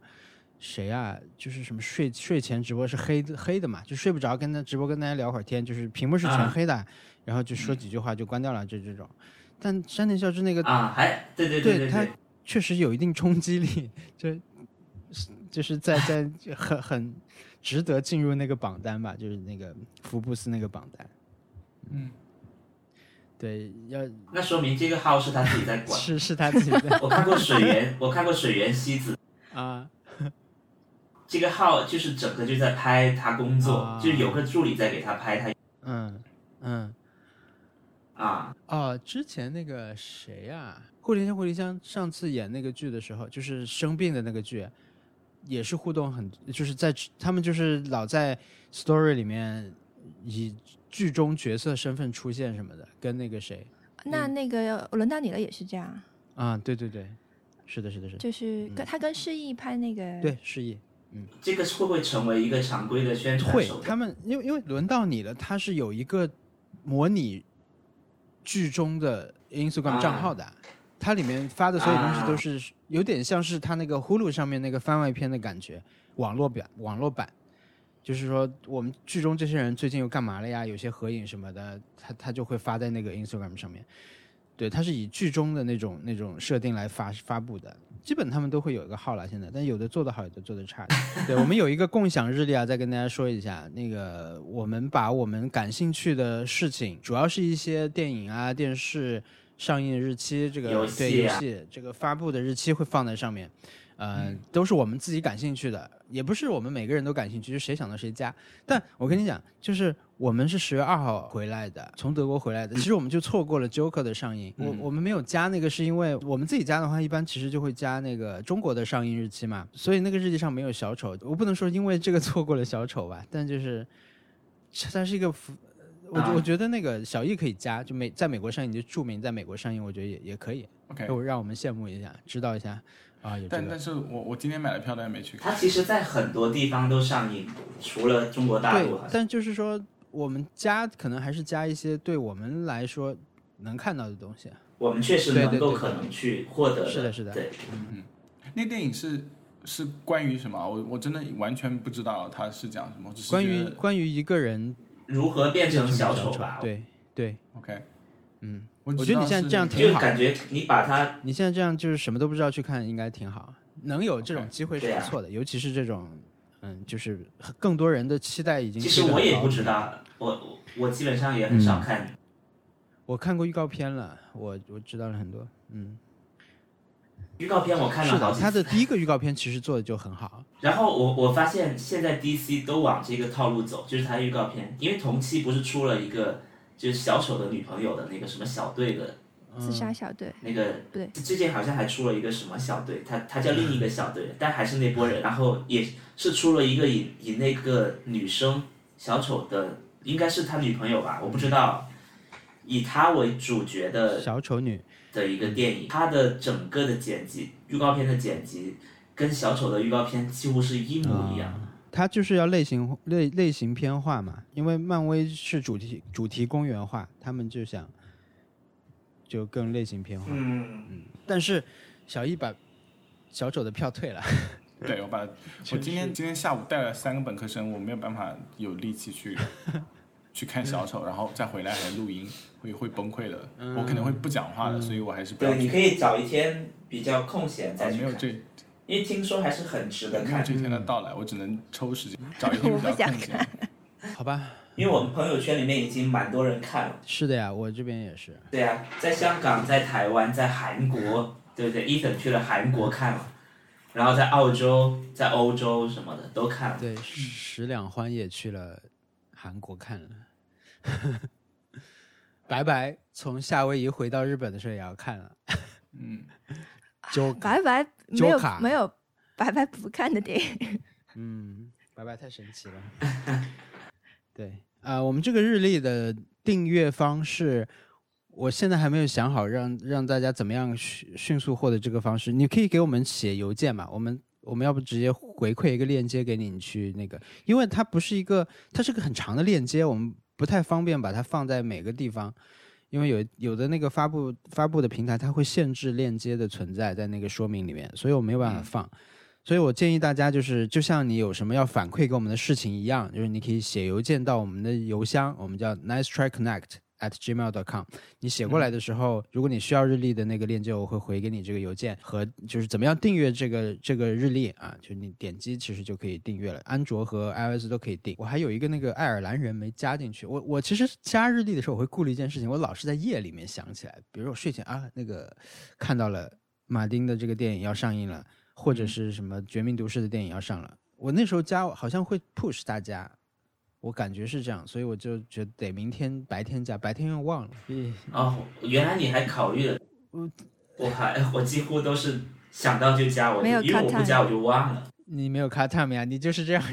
S3: 谁啊，就是什么睡睡前直播是黑的黑的嘛，就睡不着，跟他直播跟大家聊会儿天，就是屏幕是全
S1: 啊
S3: 黑的，然后就说几句话就关掉了，就这种。但山田孝之那个
S1: 嗯啊，还对对对
S3: 对他
S1: 对，
S3: 确实有一定冲击力，这就是在在很很值得进入那个榜单吧，就是那个福布斯那个榜单。
S2: 嗯，
S3: 对，要
S1: 那说明这个号是他自己在管。
S3: 是是他自己 的
S1: 我看过水原，我看过水原希子
S3: 啊，
S1: 这个号，就是整个就在拍他工作，
S3: 啊
S1: 就是有个助理在给他拍他
S3: 嗯嗯
S1: 啊，
S3: 哦，之前那个谁啊，《蝴蝶香蝴蝶香》上次演那个剧的时候，就是生病的那个剧，也是互动很，就是在他们就是老在 story 里面以剧中角色身份出现什么的，跟那个谁嗯
S4: 那那个轮到你了，也是这样，
S3: 啊，对对对，是的，是的，是的，
S4: 就是跟他跟失忆拍那个，
S3: 对，失忆，
S1: 这个会不会成为一个常规的宣传
S3: 会
S1: 手，段？
S3: 他们因为因为轮到你了，他是有一个模拟剧中的 Instagram
S1: 啊
S3: 账号的啊，它里面发的所有东西
S1: 啊
S3: 都是有点像是他那个 Hulu 上面那个番外篇的感觉，网络版网络版，就是说我们剧中这些人最近又干嘛了呀？有些合影什么的，他他就会发在那个 Instagram 上面。对，它是以剧中的那种那种设定来发发布的，基本他们都会有一个号了。现在，但有的做得好，有的做得差。对我们有一个共享日历啊，再跟大家说一下，那个我们把我们感兴趣的事情，主要是一些电影啊、电视上映日期，这个
S1: 游
S3: 对
S1: 戏
S3: 游
S1: 啊
S3: 戏这个发布的日期会放在上面。 呃，都是我们自己感兴趣的，也不是我们每个人都感兴趣，就谁想到谁加。但我跟你讲，就是我们是十月二号回来的，从德国回来的。其实我们就错过了 Joker 的上映。
S1: 嗯
S3: 我我们没有加那个，是因为我们自己加的话，一般其实就会加那个中国的上映日期嘛，所以那个日记上没有小丑。我不能说因为这个错过了小丑吧，但就是它是一个福。我
S1: 啊
S3: 我觉得那个小艺可以加，就美在美国上映就注明在美国上映，我觉得也也可以，
S2: OK，
S3: 我让我们羡慕一下，知道一下啊，有这
S2: 但
S3: 个
S2: 但。是我我今天买了票，但也没去看。
S1: 它其实，在很多地方都上映，除了中国大
S3: 对
S1: 陆，好，啊像
S3: 但就是说，我们加可能还是加一些对我们来说能看到的东西。
S1: 我们确实
S3: 对对
S1: 能够
S3: 对
S1: 可能去获得
S3: 是的是的
S1: 对，
S3: 嗯
S2: 那电影是是关于什么啊？我我真的完全不知道它是讲什么，我只是
S3: 关
S2: 觉
S3: 于
S2: 得
S3: 关于一个人
S1: 如何变成
S3: 小
S1: 小丑吧？
S3: 对对，
S2: OK，
S3: 嗯，
S2: 我知
S3: 我觉得
S2: 道
S3: 你现在
S2: 是
S3: 这样
S2: 那
S3: 挺
S2: 个
S1: 就
S3: 好
S1: 感觉你把它
S3: 你现在这样就是什么都不知道去看，应该挺好。能有这种
S2: OK
S3: 机会是
S1: 对
S3: 不
S1: 啊
S3: 错的，尤其是这种，嗯，就是更多人的期待已经。
S1: 其实我也不知。道，我我我基本上也很
S3: 嗯
S1: 少看。
S3: 我看过预告片了，我我知道了很多，嗯，
S1: 预告片我看
S3: 是
S1: 了好
S3: 的，
S1: 几
S3: 他
S1: 次，
S3: 的第一个预告片其实做的就很好，
S1: 然后我我发现现在 DC 都往这个套路走，就是它的预告片，因为同期不是出了一个就是小丑的女朋友的那个什么小队的
S4: 自
S3: 嗯
S4: 杀小队。
S1: 那个，
S4: 对，
S1: 最近好像还出了一个什么小队，它它叫另一个小队，但还是那波人，然后也是出了一个以以那个女生小丑的，应该是他女朋友吧，我不知道，以她为主角的
S3: 小丑女，
S1: 的一个电影，它的整个的剪辑，预告片的剪辑跟小丑的预告片几乎是一模一样。
S3: 它就是要类型类类型片化嘛，因为漫威是主题主题公园化，他们就想就更类型片化。
S1: 嗯，
S3: 但是小易把小丑的票退了，
S2: 对我把我今天今天下午带了三个本科生，我没有办法有力气 去去看小丑，然后再回来还录音，会会崩溃的。
S3: 嗯
S2: 我可能会不讲话的，所以我还是不要
S1: 对，你
S2: 去。
S1: 可以找一天比较空闲再
S2: 啊
S1: 去
S2: 没有
S1: 看，
S2: 这
S1: 因为听说还是很值得
S2: 没有
S1: 看。
S2: 这一天
S3: 嗯
S2: 的到来，我只能抽时 间找一天
S4: 我
S2: 比
S4: 不
S2: 较
S4: 想
S2: 空闲。
S3: 好吧？
S1: 因为我们朋友圈里面已经蛮多人看了。
S3: 是的呀，我这边也
S2: 嗯
S3: 是。
S1: 对啊，在香港、在台湾、在韩国，对不对？Ethan 去了韩国看了，然后在澳洲、在欧洲什么的都看了。
S3: 对，十两欢也去了韩国看了， 白白从夏威夷回到日本的时候也要看了。
S2: 嗯，
S3: 就
S4: 啊白白没有
S3: Joker
S4: 没有白白不看的电影，
S3: 嗯，白白太神奇了。对，啊、我们这个日历的订阅方式，我现在还没有想好让让大家怎么样迅迅速获得这个方式。你可以给我们写邮件嘛，我们我们要不直接回馈一个链接给你，你去那个，因为它不是一个，它是个很长的链接，我们不太方便把它放在每个地方。因为有有的那个发布发布的平台，它会限制链接的存在在那个说明里面，所以我没有办法放。所以我建议大家就是，就像你有什么要反馈给我们的事情一样，就是你可以写邮件到我们的邮箱，我们叫 nice try connect at gmail dot com。你写过来的时候，如果你需要日历的那个链接，我会回给你这个邮件和就是怎么样订阅这个这个日历啊，就你点击其实就可以订阅了，安卓和 iOS 都可以订。我还有一个那个爱尔兰人没加进去，我我其实加日历的时候，我会顾虑一件事情，我老是在夜里面想起来，比如我睡前啊那个看到了马丁的这个电影要上映了。或者是什么《绝命毒师》的电影要上了。我那时候加好像会 push 大家，我感觉是这样，所以我就觉得得明天白天加，白天又忘了。
S1: 哦，原来你还考虑了，我还 我几乎都是想到就加我就，
S4: 没有
S1: 因为我
S4: cut
S1: 不加我就忘 了。
S3: 你没有 cut time 呀？啊你就是这样，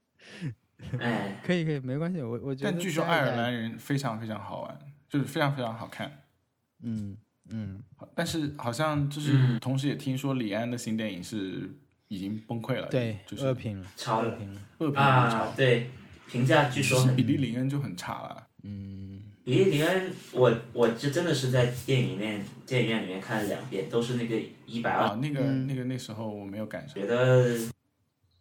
S1: 哎，
S3: 可以可以，没关系。我我觉得
S2: 但据说
S3: 加一
S2: 爱
S3: 加
S2: 尔兰人非常非常好玩，就是非常非常好看。
S3: 嗯嗯，
S2: 但是好像就是，同时也听说李安的新电影是已经崩溃了，
S3: 对，
S2: 呃
S3: 呃
S2: 就
S3: 恶
S2: 是
S3: 评了，
S1: 超
S3: 恶
S1: 了
S3: 评了，
S2: 恶评很差
S1: 啊，对，评价据说很
S2: 比利林恩就很差了，
S3: 嗯，
S1: 比利林恩，我我这真的是在电影院电影院里面看了两遍，都是那个一百二，
S2: 啊，那个
S3: 嗯
S2: 那个那时候我没有赶上
S1: 觉，得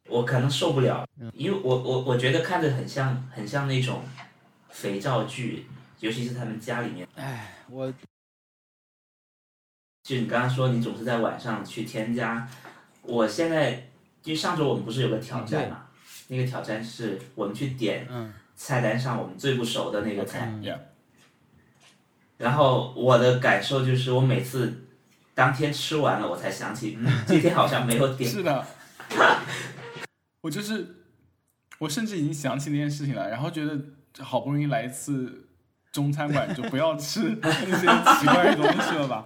S1: 我可能受不了，
S3: 嗯
S1: 因为我我我觉得看着很像很像那种肥皂剧，尤其是他们家里面，
S3: 哎，我
S1: 就你刚刚说你总是在晚上去添加，我现在因为上周我们不是有个挑战嘛，那个挑战是我们去点
S3: 嗯
S1: 菜单上我们最不熟的那个菜，
S3: 嗯
S2: Yeah
S1: 然后我的感受就是，我每次当天吃完了，我才想 起，嗯，今天好像没有点。
S2: 是的， 我就是我甚至已经想起那件事情了，然后觉得好不容易来一次中餐馆，就不要吃那些奇怪的东西了吧，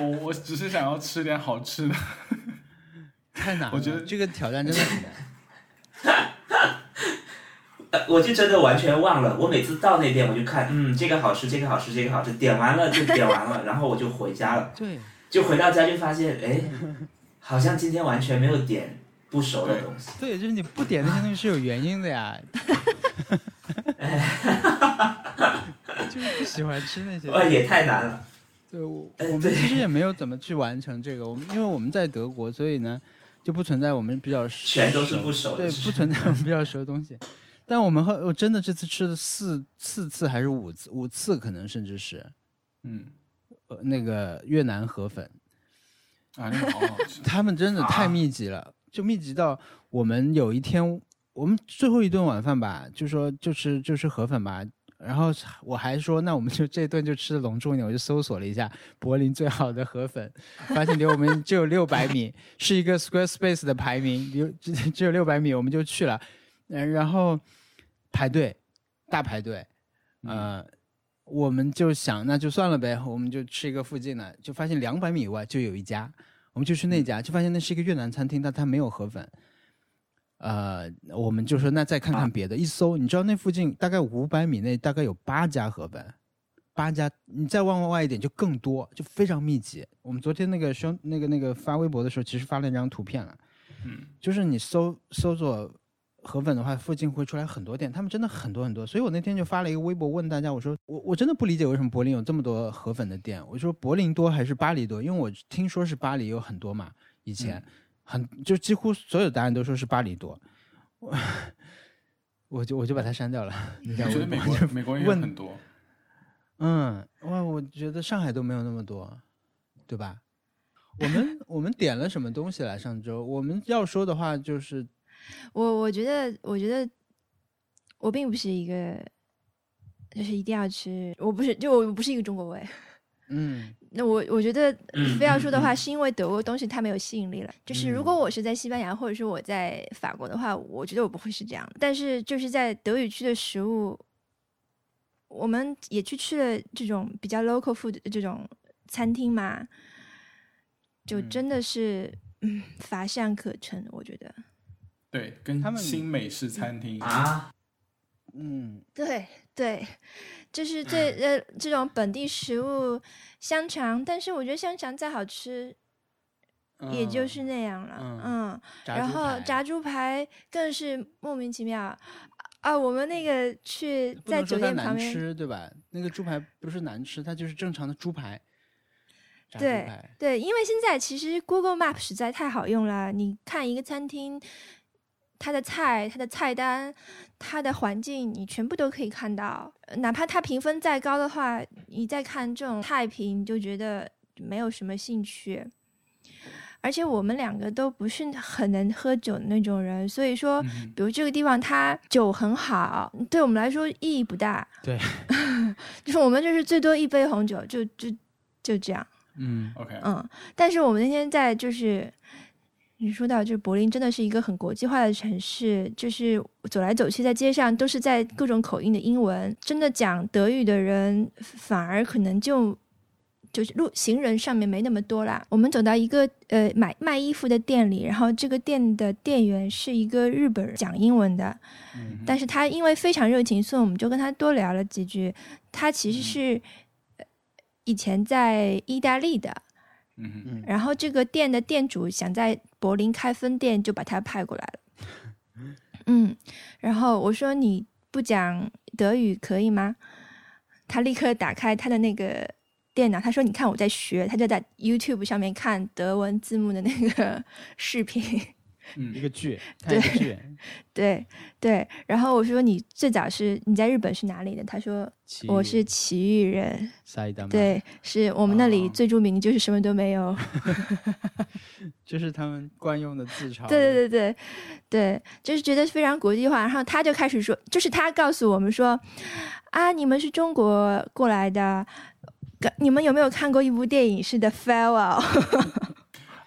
S2: 我我只是想要吃点好吃的，
S3: 太难了，
S2: 我觉得
S3: 这个挑战真 的很难。
S1: 呃我就真的完全忘了，我每次到那店我就看，嗯，这个好吃，这个好吃，这个好吃，点完了就点完了，然后我就回家了，
S3: 对，
S1: 就回到家就发现，哎，好像今天完全没有点不熟的东西。
S3: 对，就是你不点那些东西是有原因的 呀。 就是不喜欢吃那些。
S1: 哇，哎也太难了。
S3: 对，我
S1: 哎
S3: 我们
S1: 对
S3: 其实也没有怎么去完成这个，我们因为我们在德国，所以呢，就不存在我们比较熟
S1: 全都是不熟的
S3: 对，不存在我们比较熟的东西。但我们和我真的这次吃了四四次还是五次，五次可能甚至是
S2: 嗯
S3: 呃那个越南河粉，，
S2: 啊，那个好好吃
S3: 他们真的太密集了，就密集到我们有一天，我们最后一顿晚饭吧，就说就吃就吃河粉吧。然后我还说，那我们就这顿就吃的隆重一点。我就搜索了一下柏林最好的河粉，发现离我们只有六百米，是一个 Squarespace 的排名，有 只只有六百米，我们就去了。嗯，然后排队，大排队，呃，我们就想那就算了呗，我们就吃一个附近的，就发现两百米以外就有一家，我们就去那家，就发现那是一个越南餐厅，但它没有河粉。呃，我们就说那再看看别的，一搜，你知道那附近大概五百米内大概有八家河粉，八家，你再往外一点就更多，就非常密集。我们昨天那个宣那个那个发微博的时候，其实发了一张图片了，
S2: 嗯，
S3: 就是你搜搜索河粉的话，附近会出来很多店，他们真的很多很多。所以我那天就发了一个微博问大家，我说我我真的不理解为什么柏林有这么多河粉的店。我说柏林多还是巴黎多？因为我听说是巴黎有很多嘛，以
S2: 嗯
S3: 前、很就几乎所有答案都说是巴黎多，我我就我就把它删 掉了。你
S2: 我
S3: 看
S2: 觉得美国美国也有
S3: 问
S2: 很多，
S3: 嗯，哇，我觉得上海都没有那么多，对吧？我们 我们点了什么东西来？上周我们要说的话就是
S4: 我我觉得，我觉得我并不是一个，就是一定要吃，我不是，就我不是一个中国胃。
S3: 嗯，
S4: 那我我觉得
S1: 嗯
S4: 非要说的话，
S1: 嗯
S4: 是因为德国东西它没有吸引力了。就是如果我是在西班牙或者是我在法国的话，我觉得我不会是这样的。但是就是在德语区的食物，我们也去吃了这种比较 local food 这种餐厅嘛，就真的是嗯乏善可陈，我觉得。
S2: 对，跟
S3: 他们
S2: 新美式餐厅
S1: 啊，
S3: 嗯，
S4: 对 对，就是这呃这种本地食物香肠，但是我觉得香肠再好吃也就
S3: 嗯
S4: 是那样了，
S3: 嗯
S4: 嗯，
S3: 炸
S4: 然
S3: 猪
S4: 后
S3: 排
S4: 炸猪排更是莫名其妙啊啊！我们那个去
S3: 嗯不
S4: 在
S3: 能说
S4: 酒
S3: 它
S4: 店旁
S3: 难
S4: 边，
S3: 吃，对吧？那个猪排不是难吃，它就是正常的猪排，炸猪
S4: 对
S3: 排。
S4: 对，因为现在其实 Google Map 实在太好用了，你看一个餐厅。它的菜、它的菜单、它的环境，你全部都可以看到。呃哪怕它评分再高的话，你再看这种菜品，你就觉得没有什么兴趣。而且我们两个都不是很能喝酒的那种人，所以说，
S2: 嗯
S4: 比如这个地方它酒很好，对我们来说意义不大。
S3: 对，
S4: 就是我们就是最多一杯红酒，就就就这样。
S3: 嗯，
S2: ，OK，
S4: 嗯，但是我们那天在就是。你说到，就是柏林真的是一个很国际化的城市，就是走来走去，在街上都是在各种口音的英文。真的讲德语的人，反而可能就就是路行人上面没那么多啦。我们走到一个呃买卖衣服的店里，然后这个店的店员是一个日本人，讲英文的，
S2: 嗯
S4: 但是他因为非常热情，所以我们就跟他多聊了几句。他其实是呃以前在意大利的，
S2: 嗯哼，
S3: 嗯
S4: 然后这个店的店主想在柏林开分店，就把他派过来了。嗯，然后我说你不讲德语可以吗？他立刻打开他的那个电脑，他说：“你看我在学。”他就在 YouTube 上面看德文字幕的那个 视频。
S3: 一
S2: 嗯，
S3: 个剧，看一个剧，
S4: 对对，然后我说：“你最早是你在日本是哪里的？”他说
S3: 其：“
S4: 我是奇遇人。
S3: 塞达”，
S4: 对，是我们那里
S3: 哦
S4: 最著名的就是什么都没 有。
S3: 这是他们惯用的自嘲。
S4: 对对对对对，就是觉得非常国际化。然后他就开始说，就是他告诉我们说，啊，你们是中国过来的，个你们有没有看过一部电影是《The Farewell》？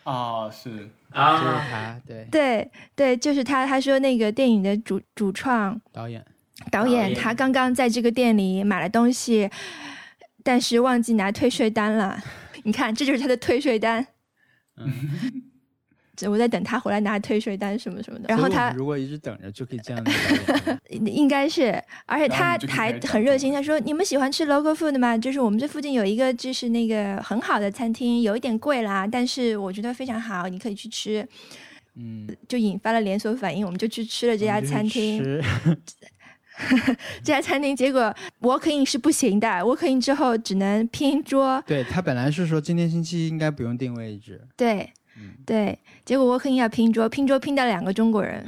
S2: 啊，是，
S3: 就是
S1: 啊，
S3: 他，对
S4: 对对，就是他。他说那个电影的主主创
S3: 导演，
S4: 导演，他刚刚在这个店里买了东西，但是忘记拿退税单了。你看，这就是他的退税单。
S3: 嗯，
S4: 我在等他回来拿退税单什么什么的。 然后
S3: 所以我
S4: 他
S3: 们如果一直等着，就可以见到那个导演。
S4: 应该是，而且
S2: 然后
S4: 他
S2: 你就可以
S4: 还
S2: 开始讲
S4: 很热情，他说：“你们喜欢吃 local food 吗？就是我们这附近有一个，就是那个很好的餐厅，有一点贵啦，但是我觉得非常好，你可以去吃。
S3: 嗯，”
S4: 就引发了连锁反应，我们就去吃了 这家
S3: 我们就去
S4: 餐厅。
S3: 吃
S4: 这家餐厅结果 walk in 是不行的，walk in 之后只能拼桌，
S3: 对他本来是说今天星期一应该不用定位置，
S4: 对
S3: 嗯，
S4: 对，结果 walk in 要拼桌，拼桌拼到两个中国人。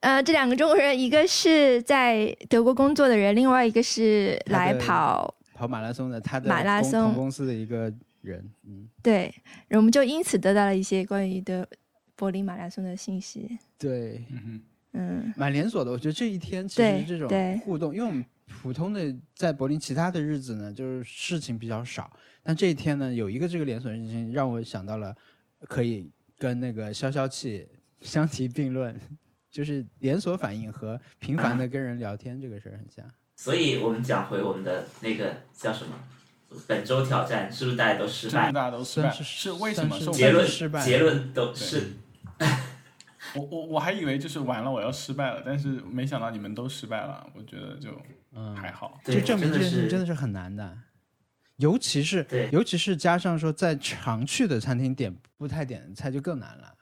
S4: 呃，这两个中国人，一个是在德国工作的人，另外一个是
S3: 他
S4: 来
S3: 的
S4: 跑
S3: 跑马拉松的，他的
S4: 马拉
S3: 公
S4: 松
S3: 同公司的一个人，嗯，
S4: 对，我们就因此得到了一些关于的柏林马拉松的信息。
S3: 对，
S2: 嗯哼，
S4: 嗯，
S3: 蛮连锁的。我觉得这一天其
S4: 对
S3: 实这
S4: 对
S3: 种互动，因为我们普通的在柏林其他的日子呢，就是事情比较少，但这一天呢，有一个这个连锁事情让我想到了，可以跟那个消消气相提并论， 就是连锁反应和频繁的跟人聊天这个事儿很像。
S1: 所以我们讲回我们的那个叫什么？本周挑战是不是大家都失
S2: 真的
S1: 败？
S2: 大家都失
S3: 算
S2: 败，
S3: 是
S2: 是为什么？
S3: 算
S2: 是
S3: 是
S2: 我
S1: 结论
S3: 算是失败
S1: 结论都
S2: 对
S1: 是
S2: 我我我还以为就是完了，我要失败了，但是没想到你们都失败了，我觉得就
S3: 嗯，
S2: 还好。
S1: 对
S3: 这证明
S1: 我
S3: 这
S1: 真的
S3: 件事
S1: 是
S3: 情真的是很难的，尤其是
S1: 对
S3: 尤其是加上说在常去的餐厅点不太点的菜就更难了。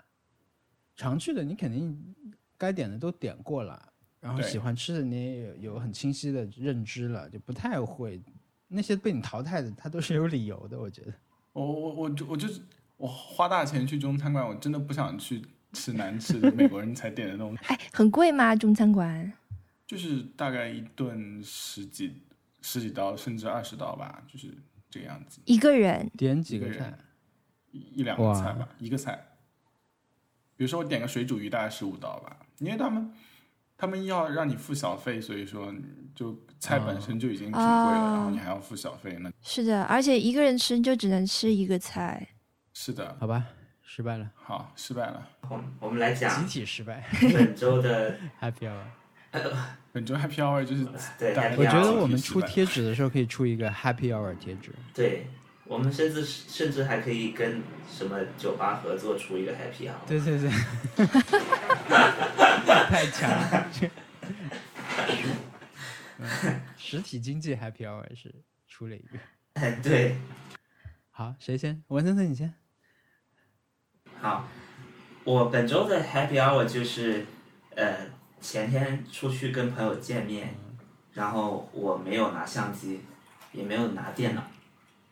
S3: 常去的你肯定该点的都点过了，然后
S2: 对
S3: 喜欢吃的你也有有很清晰的认知了，就不太会那些被你淘汰的，他都是有理由的，我觉得。
S2: 我我我就我就是我花大钱去中餐馆，我真的不想去吃难吃的美国人才点的东西，
S4: 哎，很贵吗？中餐馆？
S2: 就是大概一顿十几十几刀，甚至二十刀吧，就是这个样子，
S4: 一个人
S3: 点几个
S1: 嗯
S2: 一个人
S3: 菜，
S2: 一一两个
S3: 哇
S2: 菜吧，一个菜。比如说我点个水煮鱼，大概十五刀吧，因为他们他们要让你付小费，所以说就菜本身就已经挺贵了，
S4: 哦
S2: 然后你还要付小费，那
S4: 是的，而且一个人吃就只能吃一个菜。
S2: 是的，
S3: 好吧，失败了，
S2: 好失败了。
S1: 我们我们来
S3: 集
S1: 讲
S3: 体失败
S1: 本周的
S3: ，Happy Hour。
S2: 本周 Happy Hour 就是
S1: 对
S2: 大家
S1: Happy
S3: 我觉
S1: Hour
S3: 得我们
S2: 集体失
S3: 出
S2: 败
S3: 贴纸的时候可以出一个 Happy Hour 贴纸。
S1: 对，我们甚至甚至还可以跟什么酒吧合作出一个 happy hour。
S3: 对对对，太强了！这嗯实体经济 Happy Hour 是出了一个。
S1: 对，
S3: 好，谁先？文森特，你先。
S1: 好，我本周的 happy hour 就是，呃，前天出去跟朋友见面，然后我没有拿相机，也没有拿电脑，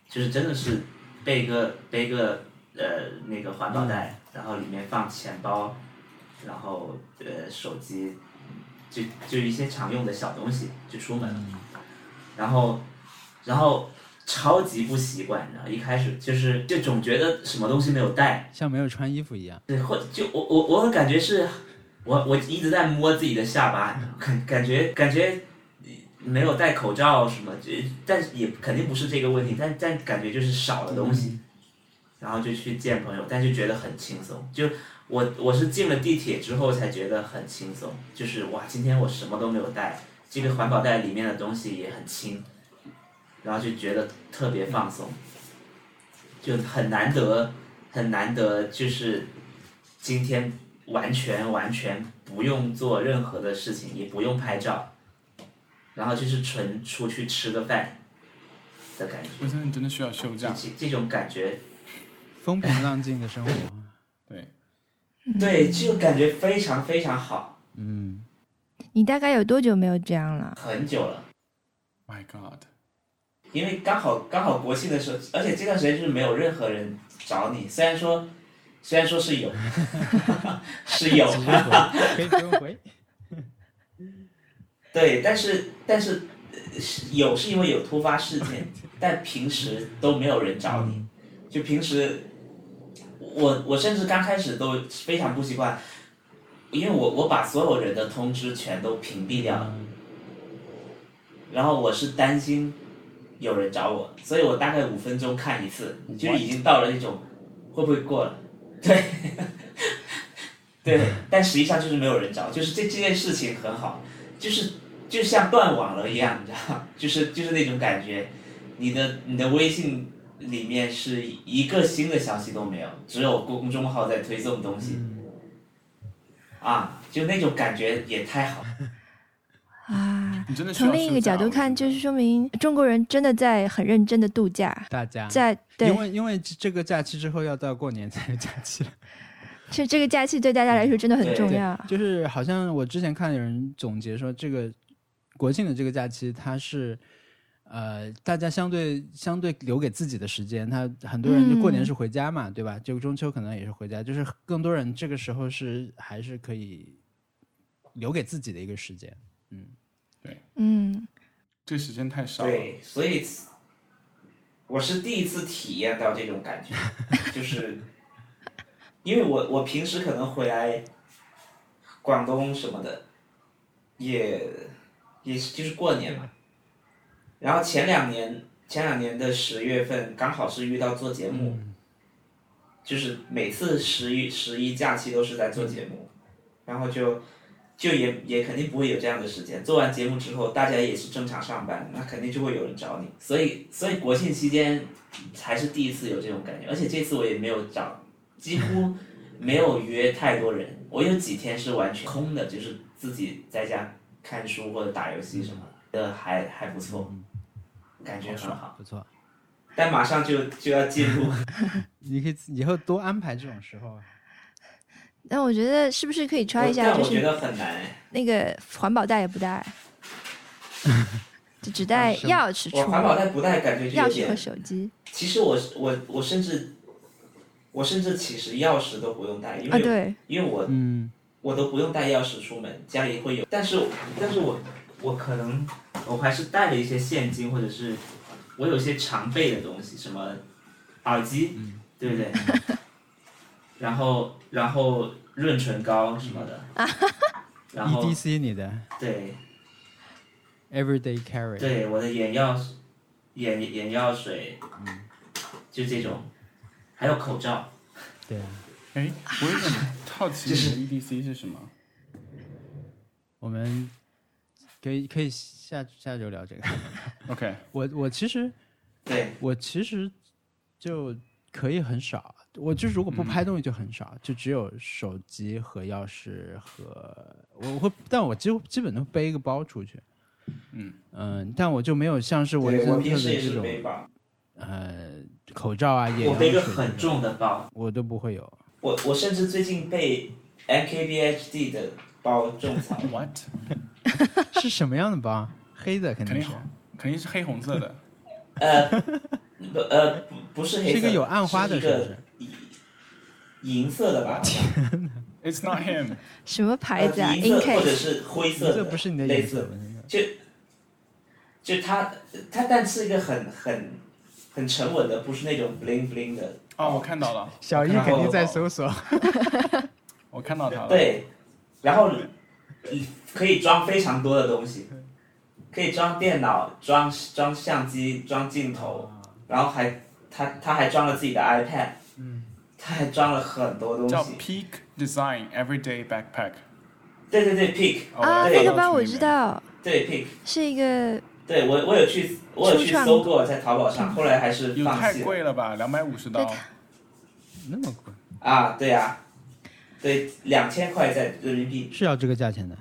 S1: 就是真的是背个背个呃那个环保袋，然后里面放钱包，然后呃手机，就就一些常用的小东西就出门了，
S3: 嗯
S1: 然后然后超级不习惯，然后一开始就是就总觉得什么东西没有带。
S3: 像没有穿衣服一样，
S1: 对，或就我我我感觉是，我我一直在摸自己的下巴，感感觉感觉没有戴口罩什么，就但是也肯定不是这个问题，但但感觉就是少了东西，然后就去见朋友，但是觉得很轻松。就我我是进了地铁之后才觉得很轻松，就是哇，今天我什么都没有带，这个环保袋里面的东西也很轻，然后就觉得特别放松，就很难得很难得就是今天完全完全不用做任何的事情，也不用拍照，然后就是纯出去吃个饭，的感觉。
S2: 我现在真的需要休
S1: 这
S2: 假。
S1: 这种感觉，
S3: 风平浪静的生活。
S2: 对，
S4: 嗯
S1: 对，这种感觉非常非常好，
S3: 嗯，
S4: 你大概有多久没有这样了？
S1: 很久了。
S2: Oh My God，
S1: 因为刚好刚好国庆的时候，而且这段时间就是没有任何人找你，虽然说虽然说是有， 是 有，
S3: 不用回，可以不用回。
S1: 对，但是但是呃是有是因为有突发事件，但平时都没有人找你，就平时我我甚至刚开始都非常不习惯，因为我我把所有人的通知全都屏蔽掉了，
S3: 嗯
S1: 然后我是担心有人找我，所以我大概五分钟看一次，就已经到了那种会不会过了，对。 对，但实际上就是没有人找，就是这这件事情很好，就是就像断网了一样，你知道吗， 就是就是那种感觉，你的你的微信里面是一个新的消息都没有，只有公众号在推送东西，啊，就那种感觉也太好了，
S4: 啊，
S2: 你真的需要
S4: 从另一个角度看，就是是说明中国人真的在很认真的度
S1: 啊
S4: 假，
S3: 大家
S4: 在对
S3: 因，为因为这这个假期之后要到过年才有假期了，
S4: 就这个假期对大家来说真的
S3: 嗯
S4: 很
S1: 嗯对
S4: 重
S1: 对
S4: 要。
S3: 就是好像我之前看有人总结说，这个国庆的这个假期它是。呃，大家相对相对留给自己的时间，他很多人就过年
S4: 嗯
S3: 是回家嘛，对吧？就中秋可能也是回家，就是更多人这个时候是还是可以留给自己的一个时间。
S4: 嗯，
S2: 这个时间太少了。
S1: 对，所以我是第一次体验到这种感觉， 就是因为我我平时可能回来广东什么的，也也是就是过年嘛，然后前两年前两年的十月份刚好是遇到做节目，就是每次十一十一假期都是在做节目，然后就就也也肯定不会有这样的时间。做完节目之后，大家也是正常上班，那肯定就会有人找你。所以，所以国庆期间还是第一次有这种感觉，而且这次我也没有找，几乎没有约太多人。我有几天是完全空的，就是自己在家看书或者打游戏什么的，呃，还还不错，感觉很好。
S3: 不错，
S1: 但马上就就要进入，
S3: 你可以以后多安排这种时候啊。
S4: 但我觉得是不是可以 try 一下，
S1: 但
S4: 就
S1: 我觉
S4: 是
S1: 得很难。
S4: 那个环保袋也 不带，就只带
S3: 是
S4: 钥匙出
S1: 啊我环保
S4: 门，
S1: 袋不带，感觉就
S4: 钥
S1: 有
S4: 匙和
S1: 点。
S4: 手机。
S1: 其实我我我甚至我甚至其实钥匙都不用带，因
S4: 啊，
S1: 为、
S4: 对，
S1: 因为我
S3: 嗯，
S1: 我都不用带钥匙出门，家里会有。但是但是我我可能我还是带了一些现金，或者是我有一些常备的东西，什么耳机，对不对？然后然后润唇膏什么的，
S4: 啊
S1: 然后
S3: EDC E 你的
S1: 对
S3: everyday carry，
S1: 对，我的眼药水眼眼药水，
S3: 嗯
S1: 就这种，还有口罩。
S3: 对啊，
S2: 哎，我有点好奇
S1: 就
S2: 你的 EDC 是什么？
S3: 我们可以可以下下周聊这个。
S2: OK，
S3: 我我其实
S1: 对，
S3: 我其实就可以很少，我就是如果不
S1: 嗯
S3: 拍东西就很少，就只有手机和钥匙和我会，但我基基本都背一个包出去。
S2: 嗯。
S3: 但我就没有像是我
S1: 对我
S3: 真
S1: 平
S3: 正
S1: 时
S3: 的
S1: 也
S3: 这
S1: 是
S3: 种
S1: 背包，
S3: 呃口罩啊、眼
S1: 我背
S3: 药
S1: 个
S3: 水
S1: 很
S3: 这种
S1: 重的包，
S3: 我都不会有。
S1: 我我甚至最近被 MKBHD 的包种草
S2: ，What？
S3: 是什么样的包？黑的肯
S2: 肯
S3: 定
S2: 定
S3: 是
S2: 好，肯定是黑红色的。
S1: 呃，不呃不不是黑色的，
S3: 是一个有暗花
S1: 是一
S3: 的是不
S1: 个
S3: 是
S1: 银色的吧？
S2: It's not him。
S4: 什么牌子啊
S1: 呃银色
S4: ？In
S1: 或者
S4: case
S1: 是灰
S3: 你
S1: 色
S3: 这
S1: 的，
S3: 不是你的
S1: 类
S3: 颜
S1: 似
S3: 色
S1: 的。，就它它但是一个很很很沉稳的，不是那种 bling bling 的。
S2: 哦，我看到了，
S3: 小易
S1: 看到
S3: 肯定
S1: 了
S3: 在
S1: 吧
S3: 搜索。
S2: 我看到他了。
S1: 对，然后可以装非常多的东西，可以装电脑、装装相机、装镜头，
S2: 啊
S1: 然后还他他还装了自己的 iPad，他还装了很多东
S2: 嗯叫
S1: 西。
S2: Peak Design Everyday Backpack。
S1: 对对对，Pick，
S2: 哦
S4: 啊，
S2: 我
S1: 对
S4: 那
S2: 知道
S4: 个包
S2: 是
S4: 我
S2: 哪
S4: 知
S2: 个
S4: 道，
S1: 对 Pick，
S4: 是一个
S1: 对我我有去我有去搜过，在淘宝上，后来还是
S2: 有
S1: 放
S2: 太
S1: 弃了
S2: 贵了吧？两百五十刀，
S3: 那么贵，
S1: 啊，对啊，对，两千块在人民币，
S3: 是要这个价钱的。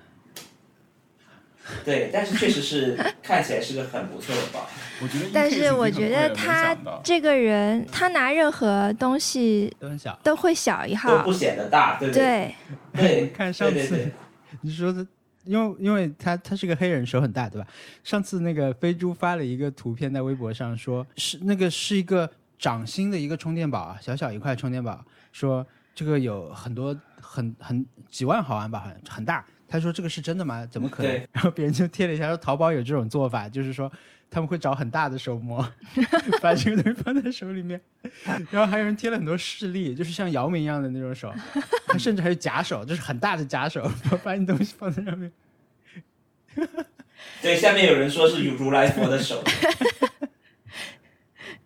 S1: 对，但是确实是 看起来是个很不错的包。
S2: 我觉得 E K 已经很贵了，
S4: 但是我觉得
S2: 没
S4: 他
S2: 想到
S4: 这个人，他拿任何东西
S3: 都很小。
S4: 都会小一
S1: 都
S4: 号
S1: 不，显得大，对不对？
S4: 对，
S1: 对，
S3: 你看上次
S1: 对对对
S3: 你说的，因为因为他他是个黑人，手很大，对吧？上次那个飞猪发了一个图片在微博上说，是那个是一个掌心的一个充电宝啊，小小一块充电宝，说这个有很多很很几万毫安吧，很很大。他说这个是真的吗？怎么可能
S1: 对？
S3: 然后别人就贴了一下，说淘宝有这种做法，就是说他们会找很大的手模， 把这个东西放在手里面。然后还有人贴了很多示例，就是像姚明一样的那种手，他甚至还有假手，就是很大的假手，把你东西放在上面。
S1: 对，下面有人说是如来佛的手，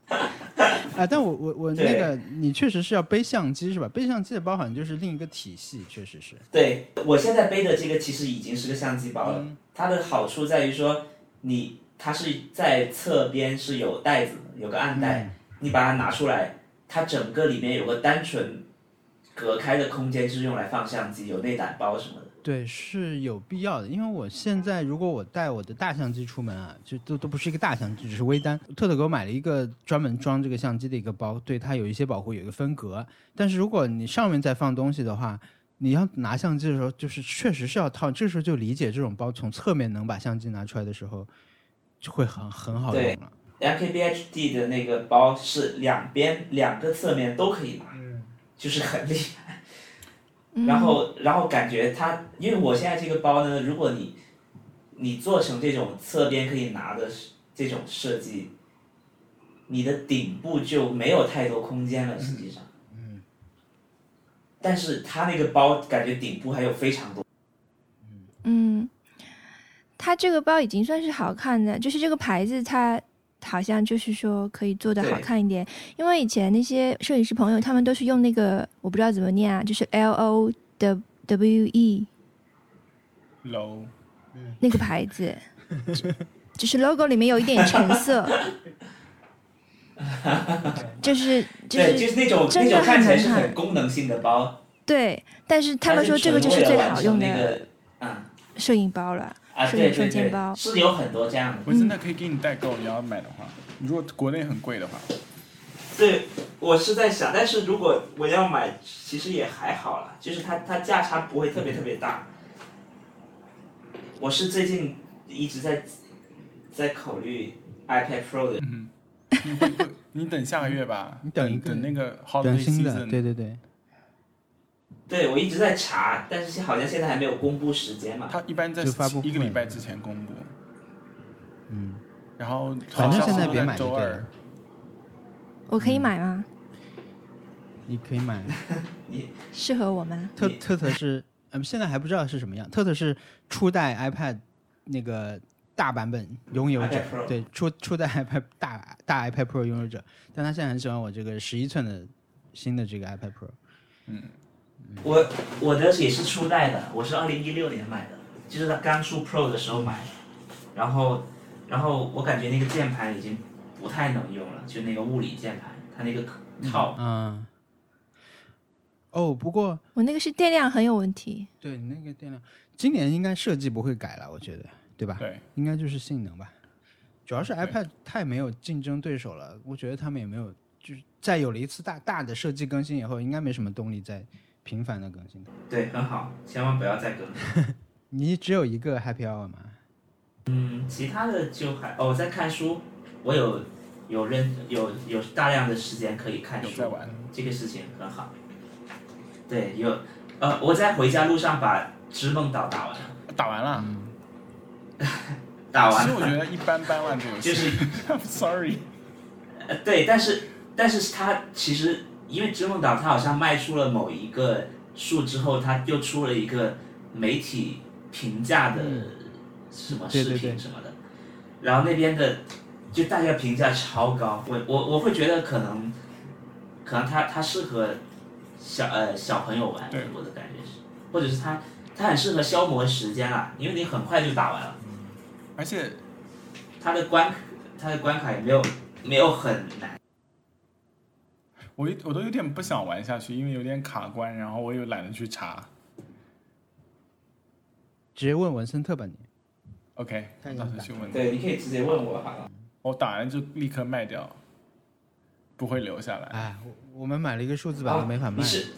S3: 啊，但我我我
S1: 对
S3: 那个，你确实是要背相机是吧？背相机的包好像就是另一个体系，确实是。
S1: 对我现在背的这个其实已经是个相机包了，它的好处在于说，你它是在侧边是有带子的，有个暗带，你把它拿出来，它整个里面有个单纯隔开的空间，是用来放相机，有内胆包什么的。
S3: 对，是有必要的，因为我现在如果我带我的大相机出门啊，就都都不是一个大相机，只是微单。特特给我买了一个专门装这个相机的一个包，对它有一些保护，有一个分隔。但是如果你上面再放东西的话，你要拿相机的时候，就是确实是要套。这时候就理解这种包从侧面能把相机拿出来的时候，就会很很好
S1: 对
S3: 用了。
S1: MKBHD 的那个包是两边两个侧面都可以拿，就是很厉害。
S4: 嗯
S1: 然后，然后感觉它，因为我现在这个包呢，如果你你做成这种侧边可以拿的这种设计，你的顶部就没有太多空间了，实际上。嗯。但是它那个包感觉顶部还有非常多。
S4: 嗯，它这个包已经算是好看的，就是这个牌子它。好像就是说可以做的
S1: 对
S4: 好看一点，因为以前那些摄影师朋友他们都是用那个我不知道怎么念啊，就是 L O W W E
S2: low
S4: 那个牌子，就就是 logo 里面有一点橙色，就是就
S1: 对，
S4: 是
S1: 就是那种
S4: 真
S1: 那
S4: 的
S1: 种看起来是
S4: 很好
S1: 很功能性的包，
S4: 对，但是他
S1: 它
S4: 们说这个就是最好
S1: 纯
S4: 用
S1: 为了完
S4: 的
S1: 成那个，嗯。
S4: 摄影包了。
S1: 啊，
S4: 是
S1: 对
S4: 有
S1: 对
S4: 证件
S1: 对
S4: 包，
S1: 是有很多这样的。
S2: 我真的可以给你代购，你要买的话，如果国内很贵的话，
S1: 对，我是在想，但是如果我要买，其实也还好啦，就是它它价差不会特别特别大。我是最近一直在在考虑 iPad Pro 的，
S2: 你会会你等下个月吧，
S3: 你等一
S2: 等等
S3: 个
S2: 那个
S3: 短
S2: holiday
S3: 新的，
S2: season，
S3: 对对对，
S1: 对我一直在查，但是好像现在还没有公布时间嘛。
S2: 它一般在
S3: 就发布会
S2: 一个礼拜之前公布，
S3: 嗯，
S2: 然后
S3: 反
S2: 好
S3: 正
S2: 消息
S3: 现在别
S2: 都
S3: 买就
S2: 周
S3: 对
S2: 二
S3: 了。，
S4: 我可以买吗？
S3: 你可以买。
S4: 适合我吗？
S3: 特
S1: 你
S3: 特特是，嗯，现在还不知道是什么样。特特是初代 iPad 那个大版本拥有者
S1: iPad Pro，
S3: 对，初初代 iPad 大大 iPad Pro 拥有者，但他现在很喜欢我这个十一寸的新的这个 iPad Pro。
S1: 我我的也是初代的，我是二零一六年买的，就是它刚出 Pro 的时候买的，然后然后我感觉那个键盘已经不太能用了，就那个物理键盘，它那个套。
S3: 嗯。哦，不过
S4: 我那个是电量很有问题。
S3: 对你那个电量，今年应该设计不会改了，我觉得，对吧？
S2: 对，
S3: 应该就是性能吧。主要是
S2: 对
S3: iPad 太没有竞争对手了，我觉得他们也没有，就是在有了一次大大的设计更新以后，应该没什么动力再频繁的更新。
S1: 对，很好，千万不要再更。
S3: 你只有一个 Happy Hour 吗？
S1: 嗯，其他的就还哦，我在看书，我有有认有有大量的时间可以看
S2: 有
S1: 书
S2: 在，玩，
S1: 这个事情很好。对，有呃，我在回家路上把《织梦岛》打完了，
S2: 打完了。
S3: 嗯
S1: 打
S2: 其
S1: 完
S2: 实我觉
S1: 了，
S2: 得一般般玩这游戏。
S1: 就是
S2: I'm sorry，
S1: 呃对，但是但是它其实因为《织梦岛》它好像卖出了某一个数之后，它又出了一个媒体评价的什么
S3: 嗯对
S1: 视
S3: 对
S1: 频
S3: 对
S1: 什么的，然后那边的就大家评价超高，我我我会觉得可能可能它它适合小呃小朋友玩
S2: 对，
S1: 我的感觉是，或者是它它很适合消磨时间啦，因为你很快就打完了。
S2: 而且
S1: 它的关它的关卡也没有没有很难，
S2: 我有我都有点不想玩下去，因为有点卡关，然后我又懒得去查。
S3: 直接问文森特吧你。
S2: OK，
S3: 看你
S2: 到
S3: 怎么
S2: 时候
S3: 打
S2: 去问你。
S1: 对，你可以直接问我好了。
S2: 我打完就立刻卖掉，不会留下来。
S3: 哎，我我们买了一个数字版，
S1: 啊
S3: 都没法卖
S1: 你。是？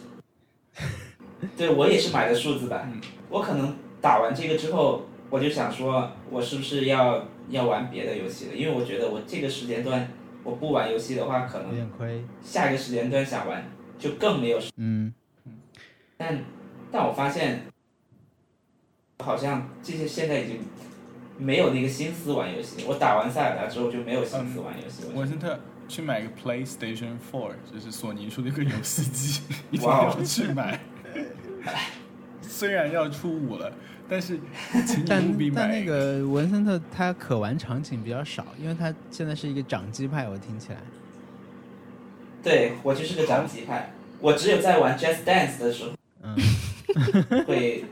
S1: 对，我也是买的数字版。
S3: 嗯
S1: 我可能打完这个之后，我就想说，我是不是要要玩别的游戏了？因为我觉得我这个时间段我不玩游戏的话，可
S3: 有
S1: 能
S3: 点亏，
S1: 下一个时间段想玩就更没有时。
S3: 嗯，
S1: 但但我发现，好像这些现在已经没有那个心思玩游戏。我打完塞尔达之后就没有心思玩游戏。我
S3: 嗯
S2: 文森特去买个 PlayStation Four，就是索尼出的一个游戏机， 一定
S1: 哇哦
S2: 要去买。虽然要出五了，但是请
S3: 但
S2: 你务必
S3: 但
S2: 买
S3: 那
S2: 一个。
S3: 个文森特他可玩场景比较少，因为他现在是一个掌机派，我听起来。
S1: 对我就是个掌机派，我只有在玩 Just Dance 的时候。
S3: 嗯，
S1: 会，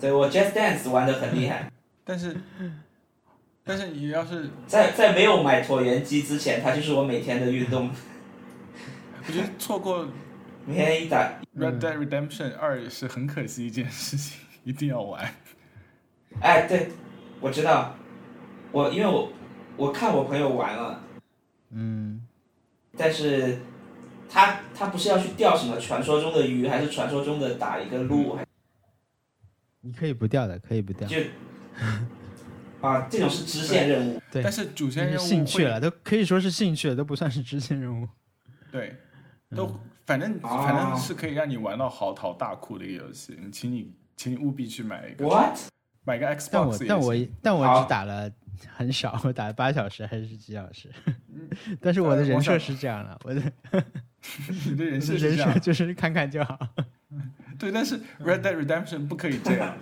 S1: 对我 Just Dance 玩的很厉害，
S2: 但是，但是你要是
S1: 在在没有买椭圆机之前，它就是我每天的运动，
S2: 我觉得错
S3: 嗯
S2: 过
S1: 每天一打，
S2: Red Dead Redemption 二是很可惜一件事情，一定要玩。
S1: 哎，对，我知道，我因为我我看我朋友玩了，
S3: 嗯，
S1: 但是他他不是要去钓什么传说中的鱼，还是传说中的打一个鹿，还
S3: 你可以不掉的，可以不掉。
S1: 就啊这种是支线任务，
S3: 对
S2: 但是主线任务
S3: 兴趣啊
S2: 会
S3: 了，都可以说是兴趣了，啊都不算是支线任务。
S2: 对，
S3: 嗯
S2: 都反正
S1: 哦
S2: 反正是可以让你玩到嚎啕大哭的一个游戏，你请你请你务必去买一个
S1: what
S2: 买个
S3: 但我
S2: Xbox 也
S3: 但我
S2: 行
S3: 但我
S1: 好
S3: 只打了很少，我打了八小时还是几小时？ 但是我的
S2: 呃
S3: 人
S2: 我
S3: 设
S2: 想
S3: 是这样的，我的
S2: 你 的人
S3: 我的
S2: 设是
S3: 人
S2: 这
S3: 设
S2: 样，
S3: 就是嗯看看就好。
S2: 对，但是 Red Dead Redemption 不可以这样。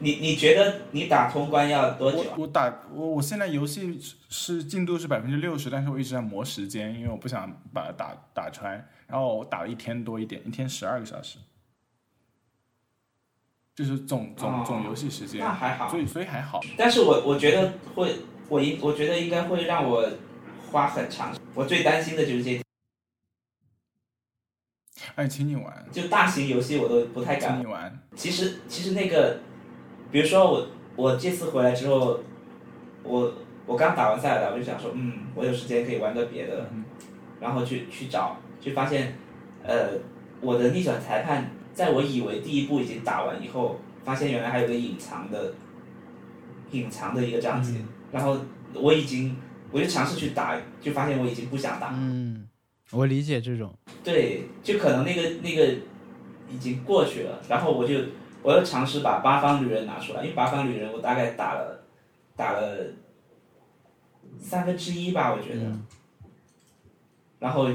S1: 你你觉得你打通关要 多久？啊
S2: 我我打我我现在游戏是是进度是百分之六十，但是我一直在磨时间，因为我不想把它打打穿。然后我打了一天多一点，一天十二个小时，就是总总总游戏时间
S1: 啊那，还好。
S2: 所以所以还好。
S1: 但是我我觉得会，我应我觉得应该会让我花很长。我最担心的就是这，
S2: 哎，请你玩，
S1: 就大型游戏我都不太
S2: 请
S1: 敢。
S2: 你玩，
S1: 其实其实那个，比如说我我这次回来之后，我我刚打完塞尔达，我就想说，嗯，我有时间可以玩个别的，然后去去找，就发现，呃，我的逆转裁判，在我以为第一步已经打完以后，发现原来还有个隐藏的，隐藏的一个章节，然后我已经我就尝试去打，就发现我已经不想打，
S3: 嗯，我理解这种。
S1: 对，就可能那个那个已经过去了，然后我就我又尝试把八方旅人拿出来，因为八方旅人我大概打了打了三分之一吧，我觉得，
S3: 嗯
S1: 然后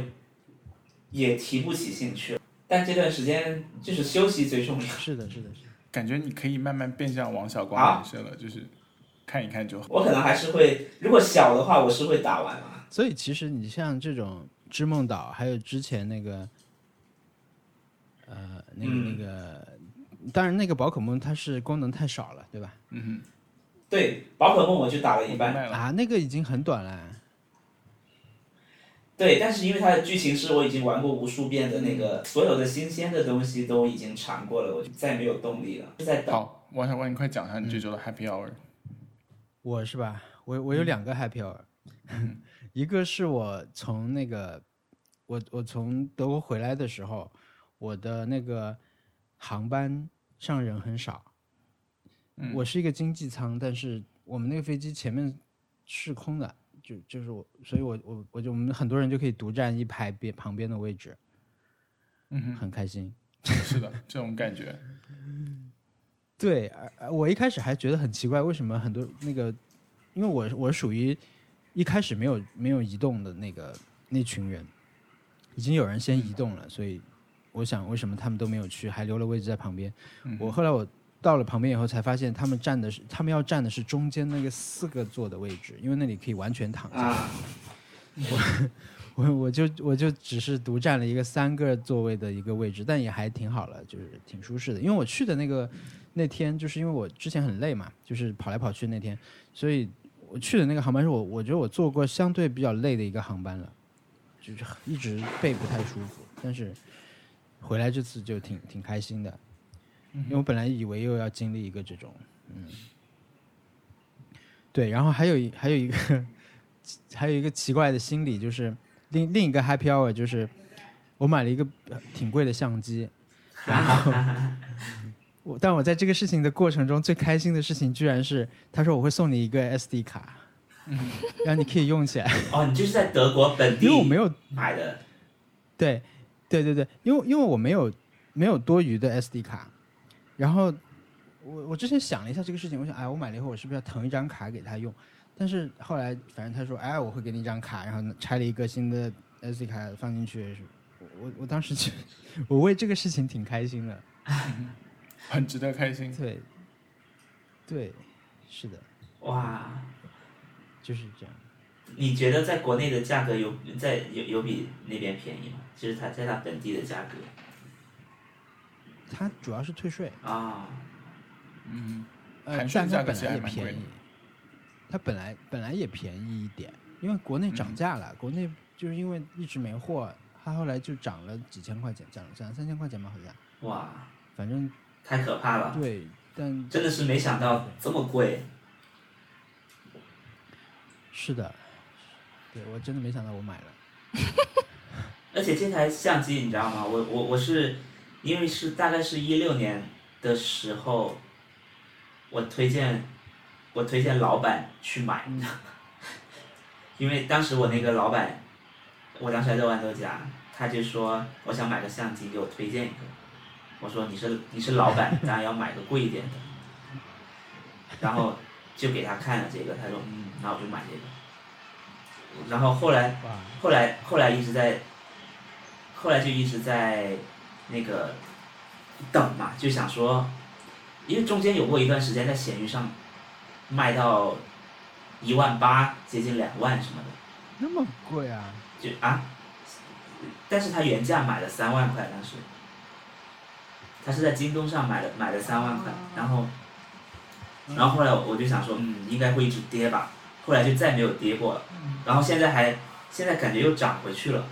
S1: 也提不起兴趣了。但这段时间就是休息最重要。
S3: 是的，是的，是的。
S2: 感觉你可以慢慢变向王小光
S1: 好
S2: 人设了，就是看一看就好。
S1: 我可能还是会，如果小的话，我是会打完啊。
S3: 所以其实你像这种《织梦岛》，还有之前那个，呃，那个那
S1: 嗯
S3: 个，当然那个宝可梦它是功能太少了，对吧？
S2: 嗯哼，
S1: 对，宝可梦我就打了
S2: 我
S1: 一
S2: 明
S1: 半，
S2: 白了。
S3: 啊，那个已经很短了。
S1: 对，但是因为它的剧情是我已经玩过无数遍的那
S3: 嗯
S1: 个，所有的新鲜的东西都已经尝过了，我就再没有动力了，就在等。
S2: 好，王小光，你快讲一下你这周
S1: 嗯
S2: 的 Happy Hour。
S3: 我是吧？我
S2: 嗯
S3: 我有两个 happy hour，、一 个是我从那个我我从德国回来的时候，我的那个航班上人很少。
S2: 嗯
S3: 我是一个经济舱，但是我们那个飞机前面是空的，就就是我，所以我我我就我们很多人就可以独占一排边旁边的位置，
S2: 嗯
S3: 很开心。
S2: 哼，是的，这种感觉。
S3: 对，而而我一开始还觉得很奇怪，为什么很多那个，因为我我属于一开始没有没有移动的那个那群人，已经有人先移动了，所以我想为什么他们都没有去，还留了位置在旁边。我后来我到了旁边以后才发现，他们站的是他们要站的是中间那个四个座的位置，因为那里可以完全躺下。
S1: 啊，
S3: 我我就我就只是独占了一个三个座位的一个位置，但也还挺好了，就是挺舒适的。因为我去的那个那天，就是因为我之前很累嘛，就是跑来跑去那天，所以我去的那个航班是我我觉得我坐过相对比较累的一个航班了，就是一直背不太舒服，但是回来这次就挺挺开心的。因为我本来以为又要经历一个这种，嗯，对，然后还有一还有一个 还有一个奇怪的心理，就是另另一个 happy hour 就是我买了一个呃挺贵的相机，然后我但我在这个事情的过程中最开心的事情，居然是他说我会送你一个 SD 卡，让你可以用 起来，
S1: 哦，你就是在德国本
S3: 因为我没
S1: 地
S3: 有
S1: 买的，
S3: 对，对对对，因为因为我没有没有多余的 SD 卡，然后我我之前想了一下这个事情，我想哎，我买了以后我是不是要腾一张卡给他用？但是后来反正他说哎，我会给你一张卡，然后拆了一个新的 SD 卡放进去，我我当时就我为这个事情挺开心的，
S2: 很值得开心。
S3: 对，对，是的，
S1: 哇！
S3: 就是这样。
S1: 你觉得在国内的价格有在有有比那边便宜吗？就是它在它本地的价格
S3: 它主要是退税，
S1: 啊、
S2: 嗯，
S3: 呃
S2: 含，税
S3: 但
S2: 价
S3: 它
S2: 格
S3: 本
S2: 其实
S3: 来也
S2: 还蛮贵
S3: 便
S2: 的
S3: 宜，它本来本来也便宜一点，因为国内涨价了，国内就是因为一直没货，它后来就涨了几千块钱，涨了涨了三千块钱吧，好像，
S1: 哇，
S3: 反正
S1: 太可怕了！
S3: 对，但
S1: 真的是没想到这么贵。
S3: 是的，对我真的没想到我买了，
S1: 而且这台相机你知道吗？我我我是因为是大概是一六年的时候，我推荐我推荐老板去买， 因为当时我那个老板，我当时还在豌豆荚，他就说我想买个相机，给我推荐一个。我说你是你是老板，当然要买个贵一点的。然后就给他看了这个，他说嗯，那我就买这个。然后后来
S3: 哇，
S1: 后来后来一直在，后来就一直在那个等嘛，就想说，因为中间有过一段时间在闲鱼上卖到一万八，接近两万什么的，
S3: 那么贵啊！
S1: 就啊，但是他原价买了三万块，当时他是在京东上买的，买了三万块，然后然后后来我就想说，嗯，应该会一直跌吧，后来就再没有跌过了，然后现在还现在感觉又涨回去了。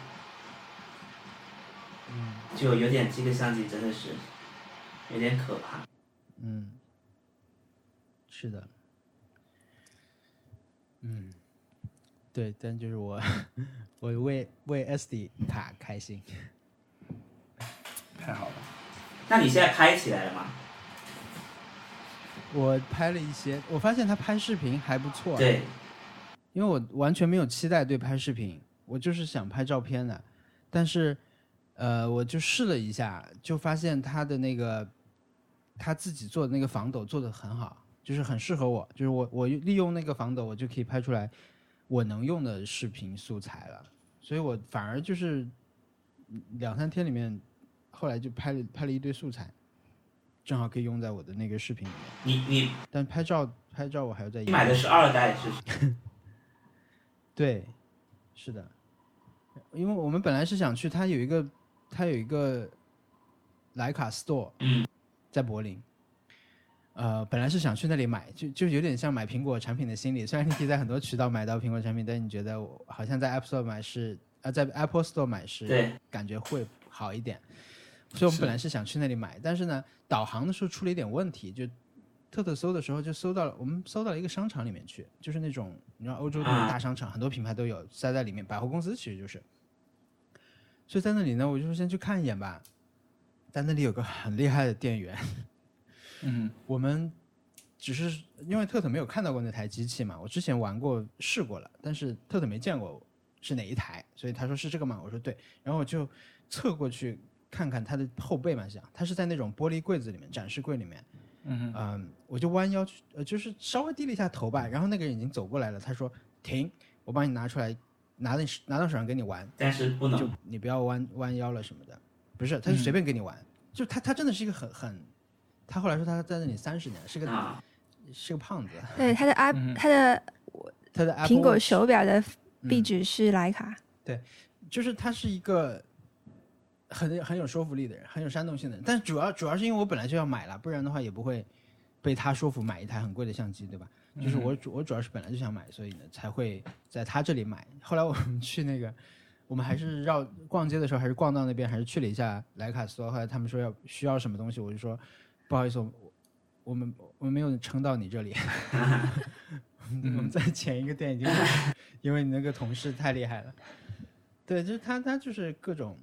S3: 嗯
S1: 就有点这个相机真的是有点可怕。
S3: 嗯，是的，嗯，对，但就是我 我为为 SD 卡开心。
S2: 太好了。
S1: 那你现在拍起来了吗？
S3: 我拍了一些，我发现他拍视频还不错。，
S1: 对，
S3: 因为我完全没有期待对拍视频，我就是想拍照片的。但是，呃，我就试了一下，就发现他的那个他自己做的那个防抖做的很好，就是很适合我。就是我我利用那个防抖，我就可以拍出来我能用的视频素材了。所以我反而就是嗯两三天里面，后来就拍了拍了一堆素材，正好可以用在我的那个视频里面。
S1: 你你
S3: 但拍照拍照我还要再
S1: 你买的是二代是
S3: 对，是的，因为我们本来是想去，它有一个它有一个徕卡 store，
S1: 嗯，
S3: 在柏林。呃，本来是想去那里买，就就有点像买苹果产品的心理。虽然你可以在很多渠道买到苹果产品，但你觉得我好像在 App Store 买是，呃，在 Apple Store 买是
S1: 对
S3: 感觉会好一点。所以我们
S2: 是
S3: 本来是想去那里买，但是呢，导航的时候出了一点问题，就特特搜的时候就搜到了，我们搜到了一个商场里面去，就是那种你知道欧洲那种
S1: 啊
S3: 大商场，很多品牌都有塞在里面，百货公司其实就是。所以在那里呢，我就说先去看一眼吧。但那里有个很厉害的店员，
S2: 嗯，
S3: 我们只是因为特特没有看到过那台机器嘛，我之前玩过试过了，但是特特没见过是哪一台，所以他说是这个嘛，我说对，然后我就侧过去看看它的后背嘛，想它是在那种玻璃柜子里面，展示柜里面，嗯我就弯腰去，呃，就是稍微低了一下头吧，然后那个人已经走过来了，他说停，我帮你拿出来，拿到你手拿到手上给你玩，
S1: 但是不
S3: 就
S1: 能啊
S3: 你不要弯弯腰了什么的，不是，他就随便给你玩，就他他真的是一个很很，他后来说他在那里三十年，是个、
S1: 啊，
S3: 是个胖子，
S4: 对，它的 i 它的
S3: 他的嗯 Apple
S4: 苹果
S3: Watch
S4: 手表的壁
S3: 嗯
S4: 纸是徕卡，
S3: 就是他是一个很很有说服力的人，很有煽动性的人，但主要主要是因为我本来就要买了，不然的话也不会被他说服买一台很贵的相机，对吧？就是我主我主要是本来就想买，所以呢才会在他这里买。后来我们去那个，我们还是绕逛街的时候，还是逛到那边，还是去了一下徕卡斯托。后来他们说要需要什么东西，我就说不好意思，我我们我们没有撑到你这里。 我们在前一个店已经，因为你那个同事太厉害了。对，就是他，他就是各种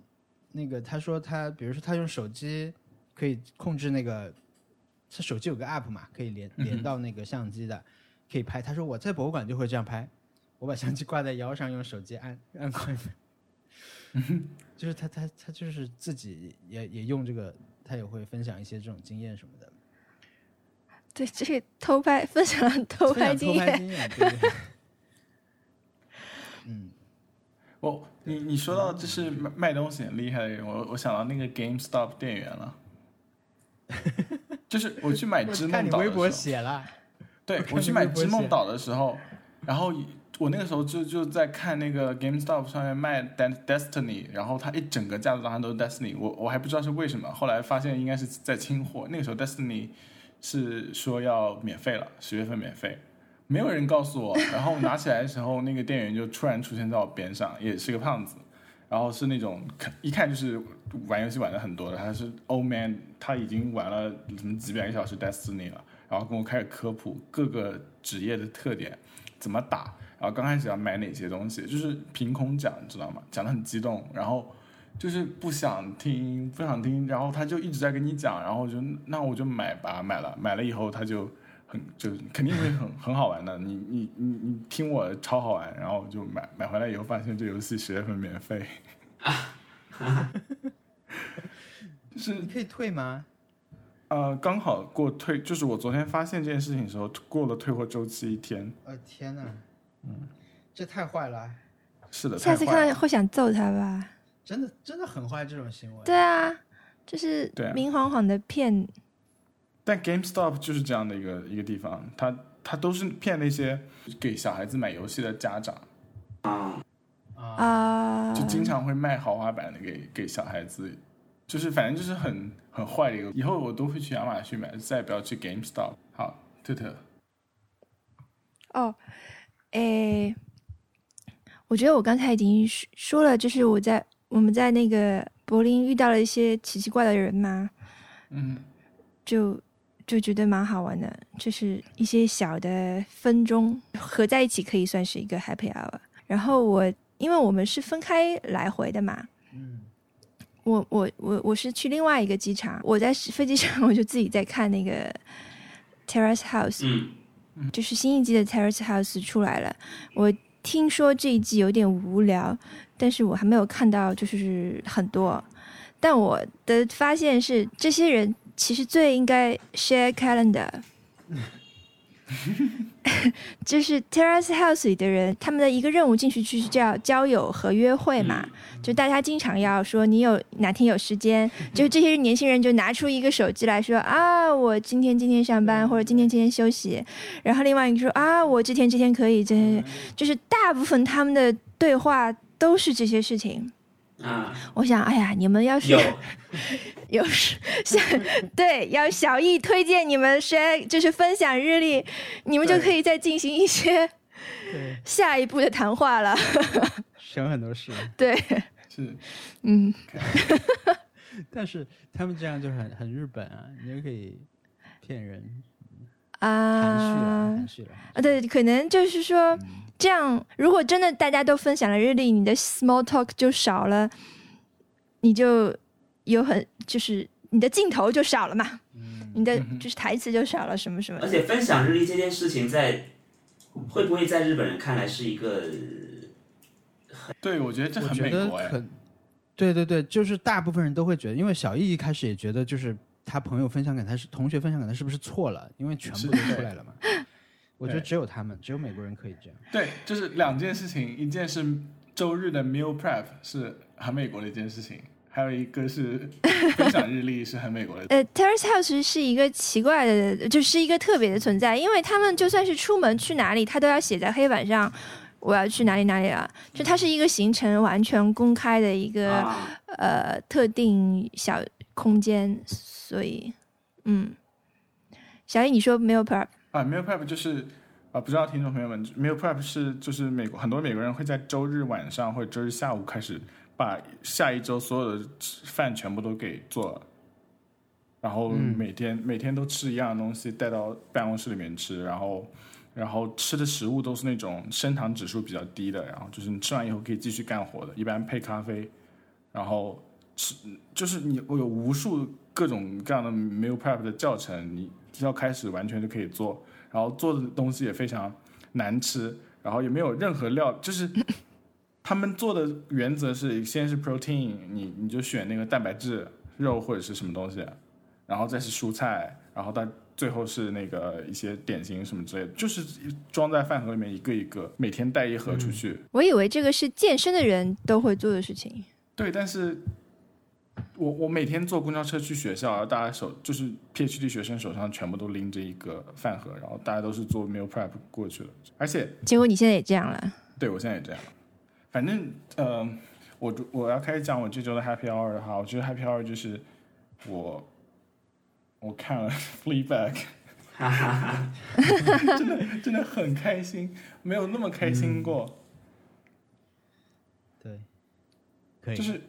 S3: 那个，他说他，比如说他用手机可以控制那个，他手机有个 app 嘛，可以连
S2: 嗯
S3: 连到那个相机的，可以拍。他说我在博物馆就会这样拍，我把相机挂在腰上，用手机按按快门。
S2: 嗯
S3: 就是他他他就是自己也也用这个，他也会分享一些这种经验什么的。
S4: 对，这个偷拍分享了偷
S3: 分
S4: 拍
S3: 享
S4: 经
S3: 偷拍
S4: 验，
S3: 经验，对对对嗯，
S2: 我你你说到就是卖卖东西很厉害的人，我我想到那个 GameStop 店员 了，就是我去买织
S3: 我看
S2: 梦
S3: 你
S2: 岛的
S3: 微
S2: 时
S3: 博
S2: 候，
S3: 写了，
S2: 对
S3: 我看
S2: 我去
S3: 你
S2: 买
S3: 微博
S2: 织梦
S3: 写
S2: 岛的时候，然后我那个时候就就在看那个 GameStop 上面卖 De- Destiny，然后它一整个架子上都是 Destiny，我我还不知道是为什么，后来发现应该是在清货，那个时候 Destiny 是说要免费了，十月份免费。没有人告诉我，然后拿起来的时候，那个店员就突然出现在我边上，也是个胖子，然后是那种看一看就是玩游戏玩的很多的，他是欧 man，他已经玩了什么几百个小时 Destiny 了，然后跟我开始科普各个职业的特点，怎么打，然后刚开始要买哪些东西，就是凭空讲，你知道吗？讲的很激动，然后就是不想听，不想听，然后他就一直在跟你讲，然后我就那我就买吧，买了，买了以后他就很就肯定会很很好玩的，你你你你听我的超好玩，然后就买买回来以后发现这游戏十月份免费，就是
S3: 你可以退吗？
S2: 呃刚好过退，就是我昨天发现这件事情的时候过了退货周期一天，
S3: 呃，天哪，嗯，这太坏了，
S2: 是的，
S4: 下
S2: 太
S4: 次
S2: 坏
S4: 看
S2: 了
S4: 到会想揍他吧？
S3: 真的真的很坏这种行为。
S4: 对啊，就是
S2: 对啊
S4: 明晃晃的骗，
S2: 但 GameStop 就是这样的一个一个地方，它它都是骗那些给小孩子买游戏的家长，
S1: 嗯
S3: 啊，
S4: 啊、
S2: 就经常会卖豪华版的给给小孩子，就是反正就是很很坏的一个。以后我都会去亚马逊买，再也不要去 GameStop。好，特特，
S4: 哦，诶，我觉得我刚才已经说说了，就是我在我们在那个柏林遇到了一些奇奇怪的人嘛，
S2: 嗯，
S4: 就就觉得蛮好玩的，就是一些小的分钟合在一起可以算是一个 happy hour。然后我因为我们是分开来回的嘛，
S3: 嗯，
S4: 我我我我是去另外一个机场，我在飞机上我就自己在看那个 Terrace House，
S1: 嗯，
S4: 就是新一季的 Terrace House 出来了。我听说这一季有点无聊，但是我还没有看到就是很多。但我的发现是，这些人其实最应该 share calendar。就是 Terrace House 里的人，他们的一个任务进去就是叫交友和约会嘛。就大家经常要说你有哪天有时间，就这些年轻人就拿出一个手机来说啊，我今天今天上班或者今天今天休息，然后另外一个说啊，我这天这天可以，这天就是大部分他们的对话都是这些事情。
S1: 啊，
S4: 我想，哎呀，你们要是
S1: 有
S4: 有是像对要小易推荐你们谁，就是分享日历，你们就
S3: 对
S4: 可以再进行一些
S3: 对，
S4: 下一步的谈话了。
S3: 省很多事，
S4: 对，
S2: 是
S4: 嗯。
S3: 但是他们这样就很很日本啊，你就可以骗人，含蓄了，
S4: 啊
S3: 含蓄了。
S4: 啊，对，可能就是说这样，如果真的大家都分享了日历，你的 small talk 就少了，你就有很就是你的镜头就少了嘛，你的就是台词就少了，什么什么
S1: 而。且分享日历这件事情在会不会在日本人看来是一个
S2: 对我觉得这
S3: 我
S2: 很
S3: 觉
S2: 美
S3: 得
S2: 国哎，
S3: 很，对对对，就是大部分人都会觉得，因为小易一开始也觉得，就是他朋友分享给他是同学分享给他是不是错了？因为全
S2: 是
S3: 部都
S2: 对
S3: 出来了 嘛。我觉得
S2: 对
S3: 只有他们，只有美国人可以这样。
S2: 对，就是两件事情，一件是周日的 meal prep 是很美国的一件事情，还有一个是 分享日历是很美国的。
S4: 呃，Terrace House 是一个奇怪的，就是一个特别的存在，因为他们就算是出门去哪里，他都要写在黑板上，我要去哪里哪里了，就它是一个行程完全公开的一个、
S1: 啊？
S4: 呃特定小空间，所以嗯，小易你说没有 prep
S2: 啊，meal prep 就是啊、不知道听众朋友们，meal prep 是就是美国很多美国人会在周日晚上或者周日下午开始把下一周所有的吃饭全部都给做了，然后每天、每天都吃一样的东西带到办公室里面吃，然后然后吃的食物都是那种升糖指数比较低的，然后就是你吃完以后可以继续干活的，一般配咖啡，然后吃就是你我有无数各种各样的 meal prep 的教程，你只要开始完全就可以做，然后做的东西也非常难吃，然后也没有任何料，就是他们做的原则是先是 protein，你你就选那个蛋白质肉或者是什么东西，然后再是蔬菜，然后到最后是那个一些点心什么之类的，就是装在饭盒里面一个一个，每天带一盒出去。
S4: 我以为这个是健身的人都会做的事情。
S2: 对，但是我我每天坐公交车去学校，然后大家手就是 PhD 学生手上全部都拎着一个饭盒，然后大家都是做 meal prep 过去的，而且
S4: 结果你现在也这样了，
S2: 对我现在也这样，反正呃，我我要开始讲我这周的 happy hour 的话，我觉得 happy hour 就是我我看了 Fleabag，
S1: 哈哈哈，
S2: 真的真的很开心，没有那么开心过。
S5: 对，可以，
S2: 就是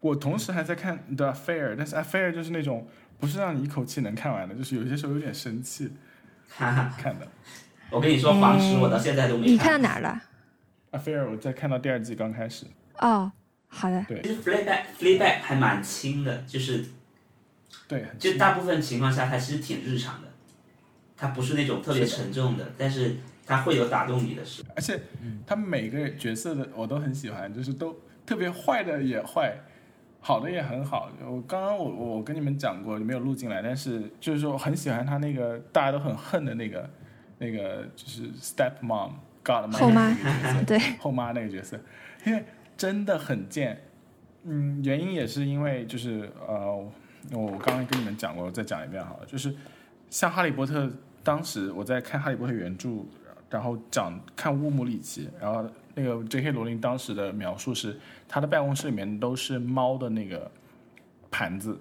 S2: 我同时还在看 The Affair，但是 Affair 就是那种不是让你一口气能看完的，就是有些时候有点生气
S1: 哈哈。
S2: 看的。
S1: 我跟你说，黄石我到现在都没
S4: 你看到哪儿了？
S2: Affair 我在看到第二季刚开始，
S4: 哦，好的，
S1: 其实 Fleabag Fleabag 还蛮轻的，就是
S2: 对，很
S1: 就大部分情况下它其实挺日常的，它不是那种特别沉重的，但是它会有打动你的事。
S2: 而且他们每个角色的我都很喜欢，就是都特别坏的也坏，好的也很好。我刚刚我我跟你们讲过，没有录进来，但是就是说我很喜欢他那个大家都很恨的那个那个就是 step mom god
S4: 后妈对，
S2: 后妈那个角色，因为真的很贱。嗯，原因也是因为就是呃，我刚刚跟你们讲过，我再讲一遍好了，就是像《哈利波特》，当时我在看《哈利波特》原著，然后讲看乌姆里奇，然后那个 J.K. 罗琳当时的描述是，他的办公室里面都是猫的那个盘子，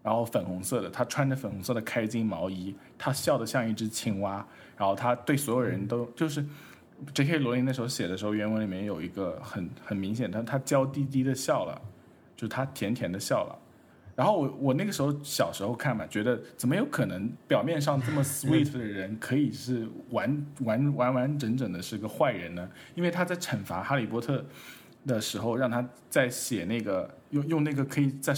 S2: 然后粉红色的，他穿着粉红色的开襟毛衣，他笑得像一只青蛙，然后他对所有人都就是。J.K. 罗琳那时候写的时候，原文里面有一个很很明显，他他娇滴滴的笑了，就是他甜甜的笑了。然后我我那个时候小时候看嘛，觉得怎么有可能表面上这么 sweet 的人，可以是完完完完整整的是个坏人呢？因为他在惩罚哈利波特的时候，让他在写那个用用那个可以在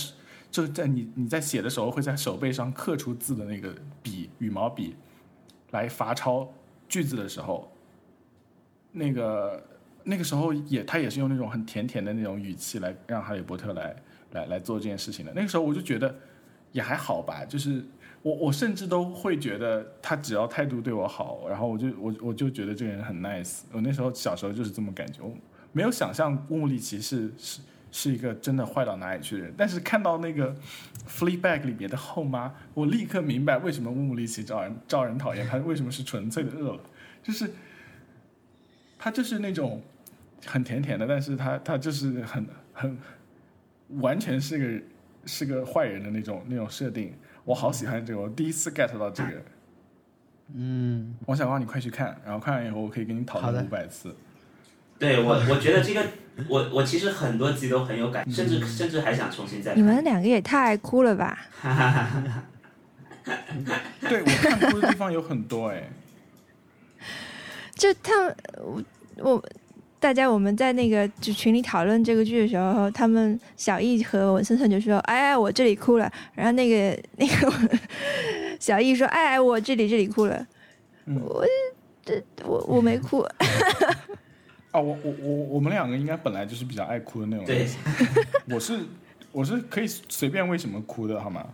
S2: 就是在你你在写的时候会在手背上刻出字的那个笔羽毛笔来罚抄句子的时候，那个那个时候也他也是用那种很甜甜的那种语气来让哈利波特来来来做这件事情的。那个时候我就觉得也还好吧，就是我我甚至都会觉得他只要态度对我好，然后我就我我就觉得这个人很 nice。我那时候小时候就是这么感觉，我没有想象乌姆里奇是是是一个真的坏到哪里去的人，但是看到那个 Fleabag 里面的后妈，我立刻明白为什么乌姆里奇招人招人讨厌，他为什么是纯粹的恶了，就是。他就是那种很甜甜的，但是他他就是很很完全是个是个坏人的那种那种设定，我好喜欢这个，我第一次 get 到这个。
S5: 嗯，
S2: 王小光，你快去看，然后看完以后我可以跟你讨
S5: 好的
S2: 论五百次。
S1: 对我，我觉得这个我我其实很多集都很有感，甚至甚至还想重新再
S4: 你
S1: 看。
S4: 们两个也太爱哭了吧？
S2: 对我看哭的地方有很多哎，
S4: 就他们，我我大家我们在那个就群里讨论这个剧的时候，他们小易和文森特就说：“哎，我这里哭了。”然后那个那个小易说：“哎，我这里这里哭了。
S2: 嗯
S4: 我这我我没哭，
S2: 啊，我我我我们两个应该本来就是比较爱哭的那种
S1: 对
S2: 人，，我是我是可以随便为什么哭的好吗？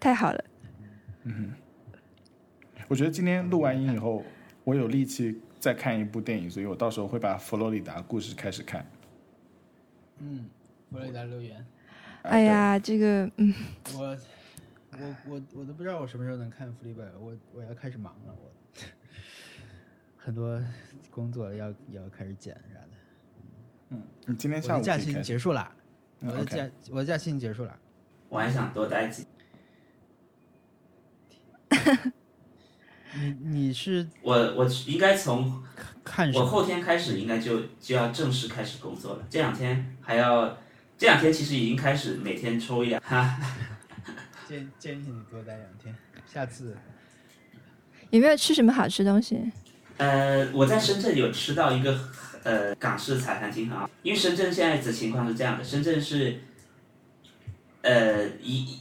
S4: 太好了，
S2: 我觉得今天录完音以后，我有力气再看一部电影，所以我到时候会把《佛罗里达故事》开始看。
S5: 佛罗里达留言，
S2: 啊
S4: 哎，呀，这个嗯，
S5: 我我我我都不知道我什么时候能看《福利本》，我我要开始忙了，我很多工作要要开始剪啥的。
S2: 对嗯你今天
S5: 我
S2: 下
S5: 的
S2: 午可
S5: 假
S2: 以
S5: 期已经
S2: 开始。
S5: 结束了，我
S2: 嗯
S5: 的
S2: OK，
S5: 假我的假期已经结束了。
S1: 我还想多待几。
S5: 你你是
S1: 我我应该从
S5: 看什
S1: 我
S5: 么？
S1: 后天开始应该就就要正式开始工作了。这两天还要这两天其实已经开始每天抽一两，哈，
S5: 建建议你多待两天，下次
S4: 有没有吃什么好吃东西？
S1: 呃，我在深圳有吃到一个呃港式茶餐厅啊，因为深圳现在的情况是这样的，深圳是呃一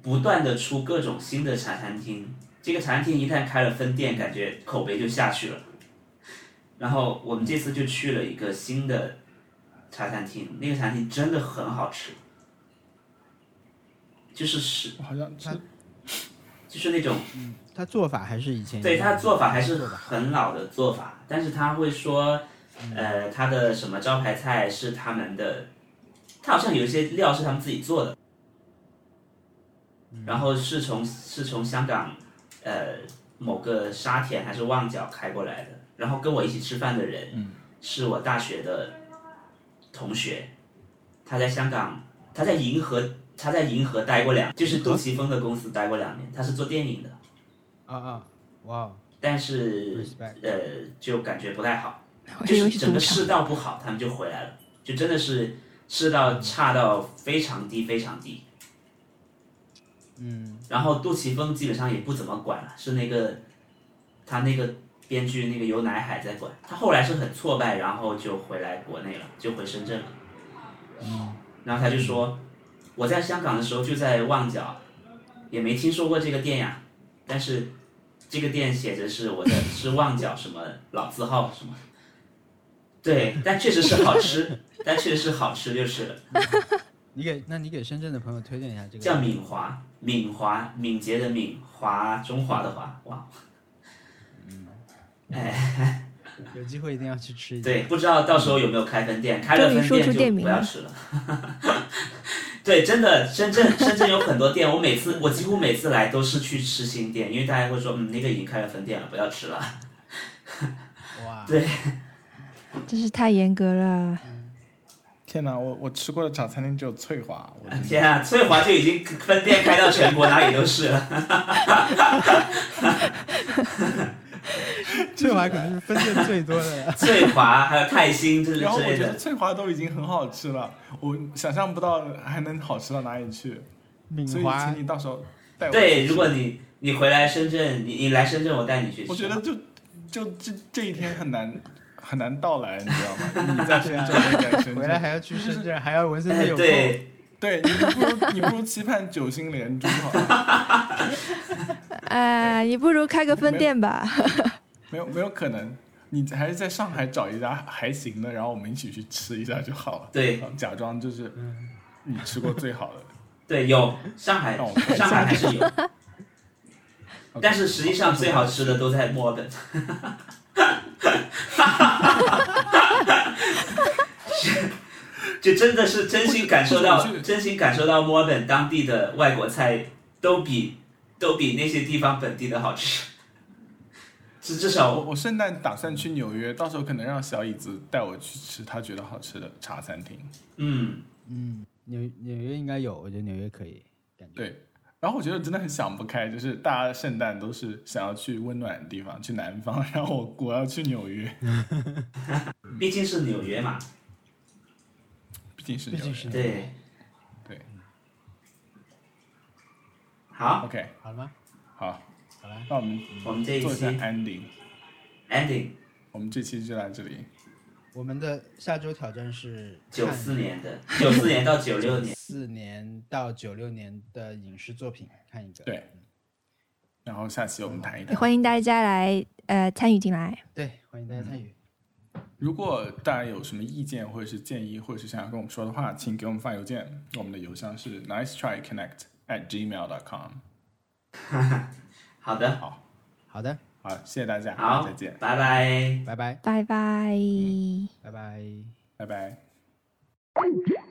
S1: 不断的出各种新的茶餐厅，这个茶餐厅一旦开了分店，感觉口碑就下去了。然后我们这次就去了一个新的茶餐厅，那个茶餐厅真的很好吃，就是是
S2: 我好像是
S1: 就是那种
S5: 他做法还是以前
S1: 对
S5: 一样
S1: 他
S5: 的
S1: 做法还是很老的做法，但是他会说，
S5: 嗯
S1: 呃，他的什么招牌菜是他们的，他好像有一些料是他们自己做的，
S5: 嗯
S1: 然后是从是从香港，呃，某个沙田还是旺角开过来的，然后跟我一起吃饭的人，
S5: 嗯
S1: 是我大学的同学，他在香港，他在银河，他在银河待过两，就是杜琪峰的公司待过两年，他是做电影的。
S5: 啊啊，哇哦
S1: 但是
S5: ，respect，
S1: 呃，就感觉不太好，
S4: 我
S1: 就
S4: 以为
S1: 是
S4: 是
S1: 整
S4: 赌
S1: 个
S4: 场
S1: 世。道不好，他们就回来了，就真的是世道差到非常低非常低。
S5: 嗯，
S1: 然后杜琪峰基本上也不怎么管了，是那个他那个编剧那个尤乃海在管，他后来是很挫败，然后就回来国内了，就回深圳了。
S5: 嗯
S1: 然后他就说，我在香港的时候就在旺角，也没听说过这个店呀，但是这个店写着是我的是旺角什么老字号什么，对，但确实是好吃，但确实是好吃就是了，
S5: 你给那你给深圳的朋友推荐一下这
S1: 叫
S5: 个，
S1: 敏华，敏华，敏捷的敏，华中华的华，哇。
S5: 有机会一定要去吃一下。
S1: 对，不知道到时候有没有开分店，开了分
S4: 终于说出店
S1: 店就
S4: 名
S1: 不
S4: 了
S1: 要吃了。 对，真的，深圳深圳有很多店，我每次我几乎每次来都是去吃新店，因为大家会说，嗯，那个已经开了分店了，不要吃了。
S5: 哇，
S1: 对，
S4: 真是太严格了。
S2: 天哪，我我吃过的茶餐厅只有翠华，我真的
S1: 天啊，翠华就已经分店开到全国哪里都是了。
S5: 翠华可能是分店最 多的了。
S1: 翠华还有泰兴之之
S2: 然后我
S1: 类
S2: 觉得
S1: 的，
S2: 翠华都已经很好吃了，我想象不到还能好吃到哪里去。
S5: 敏
S2: 所以
S5: 华
S2: 请你到时候带我去
S1: 对，
S2: 吃
S1: 如果你你回来深圳，你你来深圳，我带你去吃。哎
S2: 我觉得就就这这一天很难很难到来，你知 道吗？你在深圳，我也在深
S5: 回来
S2: 圳，
S5: 还要去深圳，还要文森特
S1: 哎，
S5: 有空。
S1: 对，
S2: 对你不如你不如期盼九星连珠好了，
S4: 哎、你不如开个分店吧。
S2: 没有没有可能，你还是在上海找一家还行的，然后我们一起去吃一下就好了。
S1: 对嗯
S2: 然后假装就是你吃过最好的。
S1: 对，有上海
S2: 让我看，一下
S1: 上海还是有，
S2: OK
S1: 但是实际上最好吃的都在墨尔本。就真的是真心感受到
S2: 不是，
S1: 真心感受到墨尔本当地的外国菜都比都比那些地方本地的好吃，至至
S2: 我
S1: 少
S2: 我圣诞打算去纽约，到时候可能让小椅子带我去吃他觉得好吃的茶餐厅。
S1: 嗯，
S5: 嗯，纽纽约应该有，我觉得纽约可以，感觉。
S2: 对，然后我觉得真的很想不开，就是大家圣诞都是想要去温暖的地方，去南方，然后我我要去纽约，
S1: 毕竟是纽约嘛，
S2: 毕竟是
S5: 毕
S2: 纽
S5: 竟
S2: 约。
S5: 是
S1: 对
S2: 对。
S1: 好，
S2: OK，
S5: 好了吗？
S2: 好，
S5: 好了，
S2: 那我们
S1: 我们这一
S2: 做一
S1: 期
S2: 下 ending，
S1: ending
S2: 我们这期就到这里。
S5: 我们的下周挑战是
S1: 九四年的，九四年到九六年。
S5: 四年到九六年的影视作品，看一个。
S2: 对然后下期我们谈一
S4: 也
S5: 哎
S2: 谈，
S4: 欢迎大家来呃参与进来。
S5: 对，欢迎大家参与。
S2: 如果大家有什么意见或者是建议，或者是想要跟我们说的话，请给我们发邮件，我们的邮箱是 nice try connect at gmail dot com。
S1: 好的，
S5: 好的，
S2: 好，谢谢大家，
S1: 好
S2: 再见，，
S1: 拜拜。
S5: 拜拜，
S4: 嗯拜拜。
S5: 拜拜。
S2: 拜拜。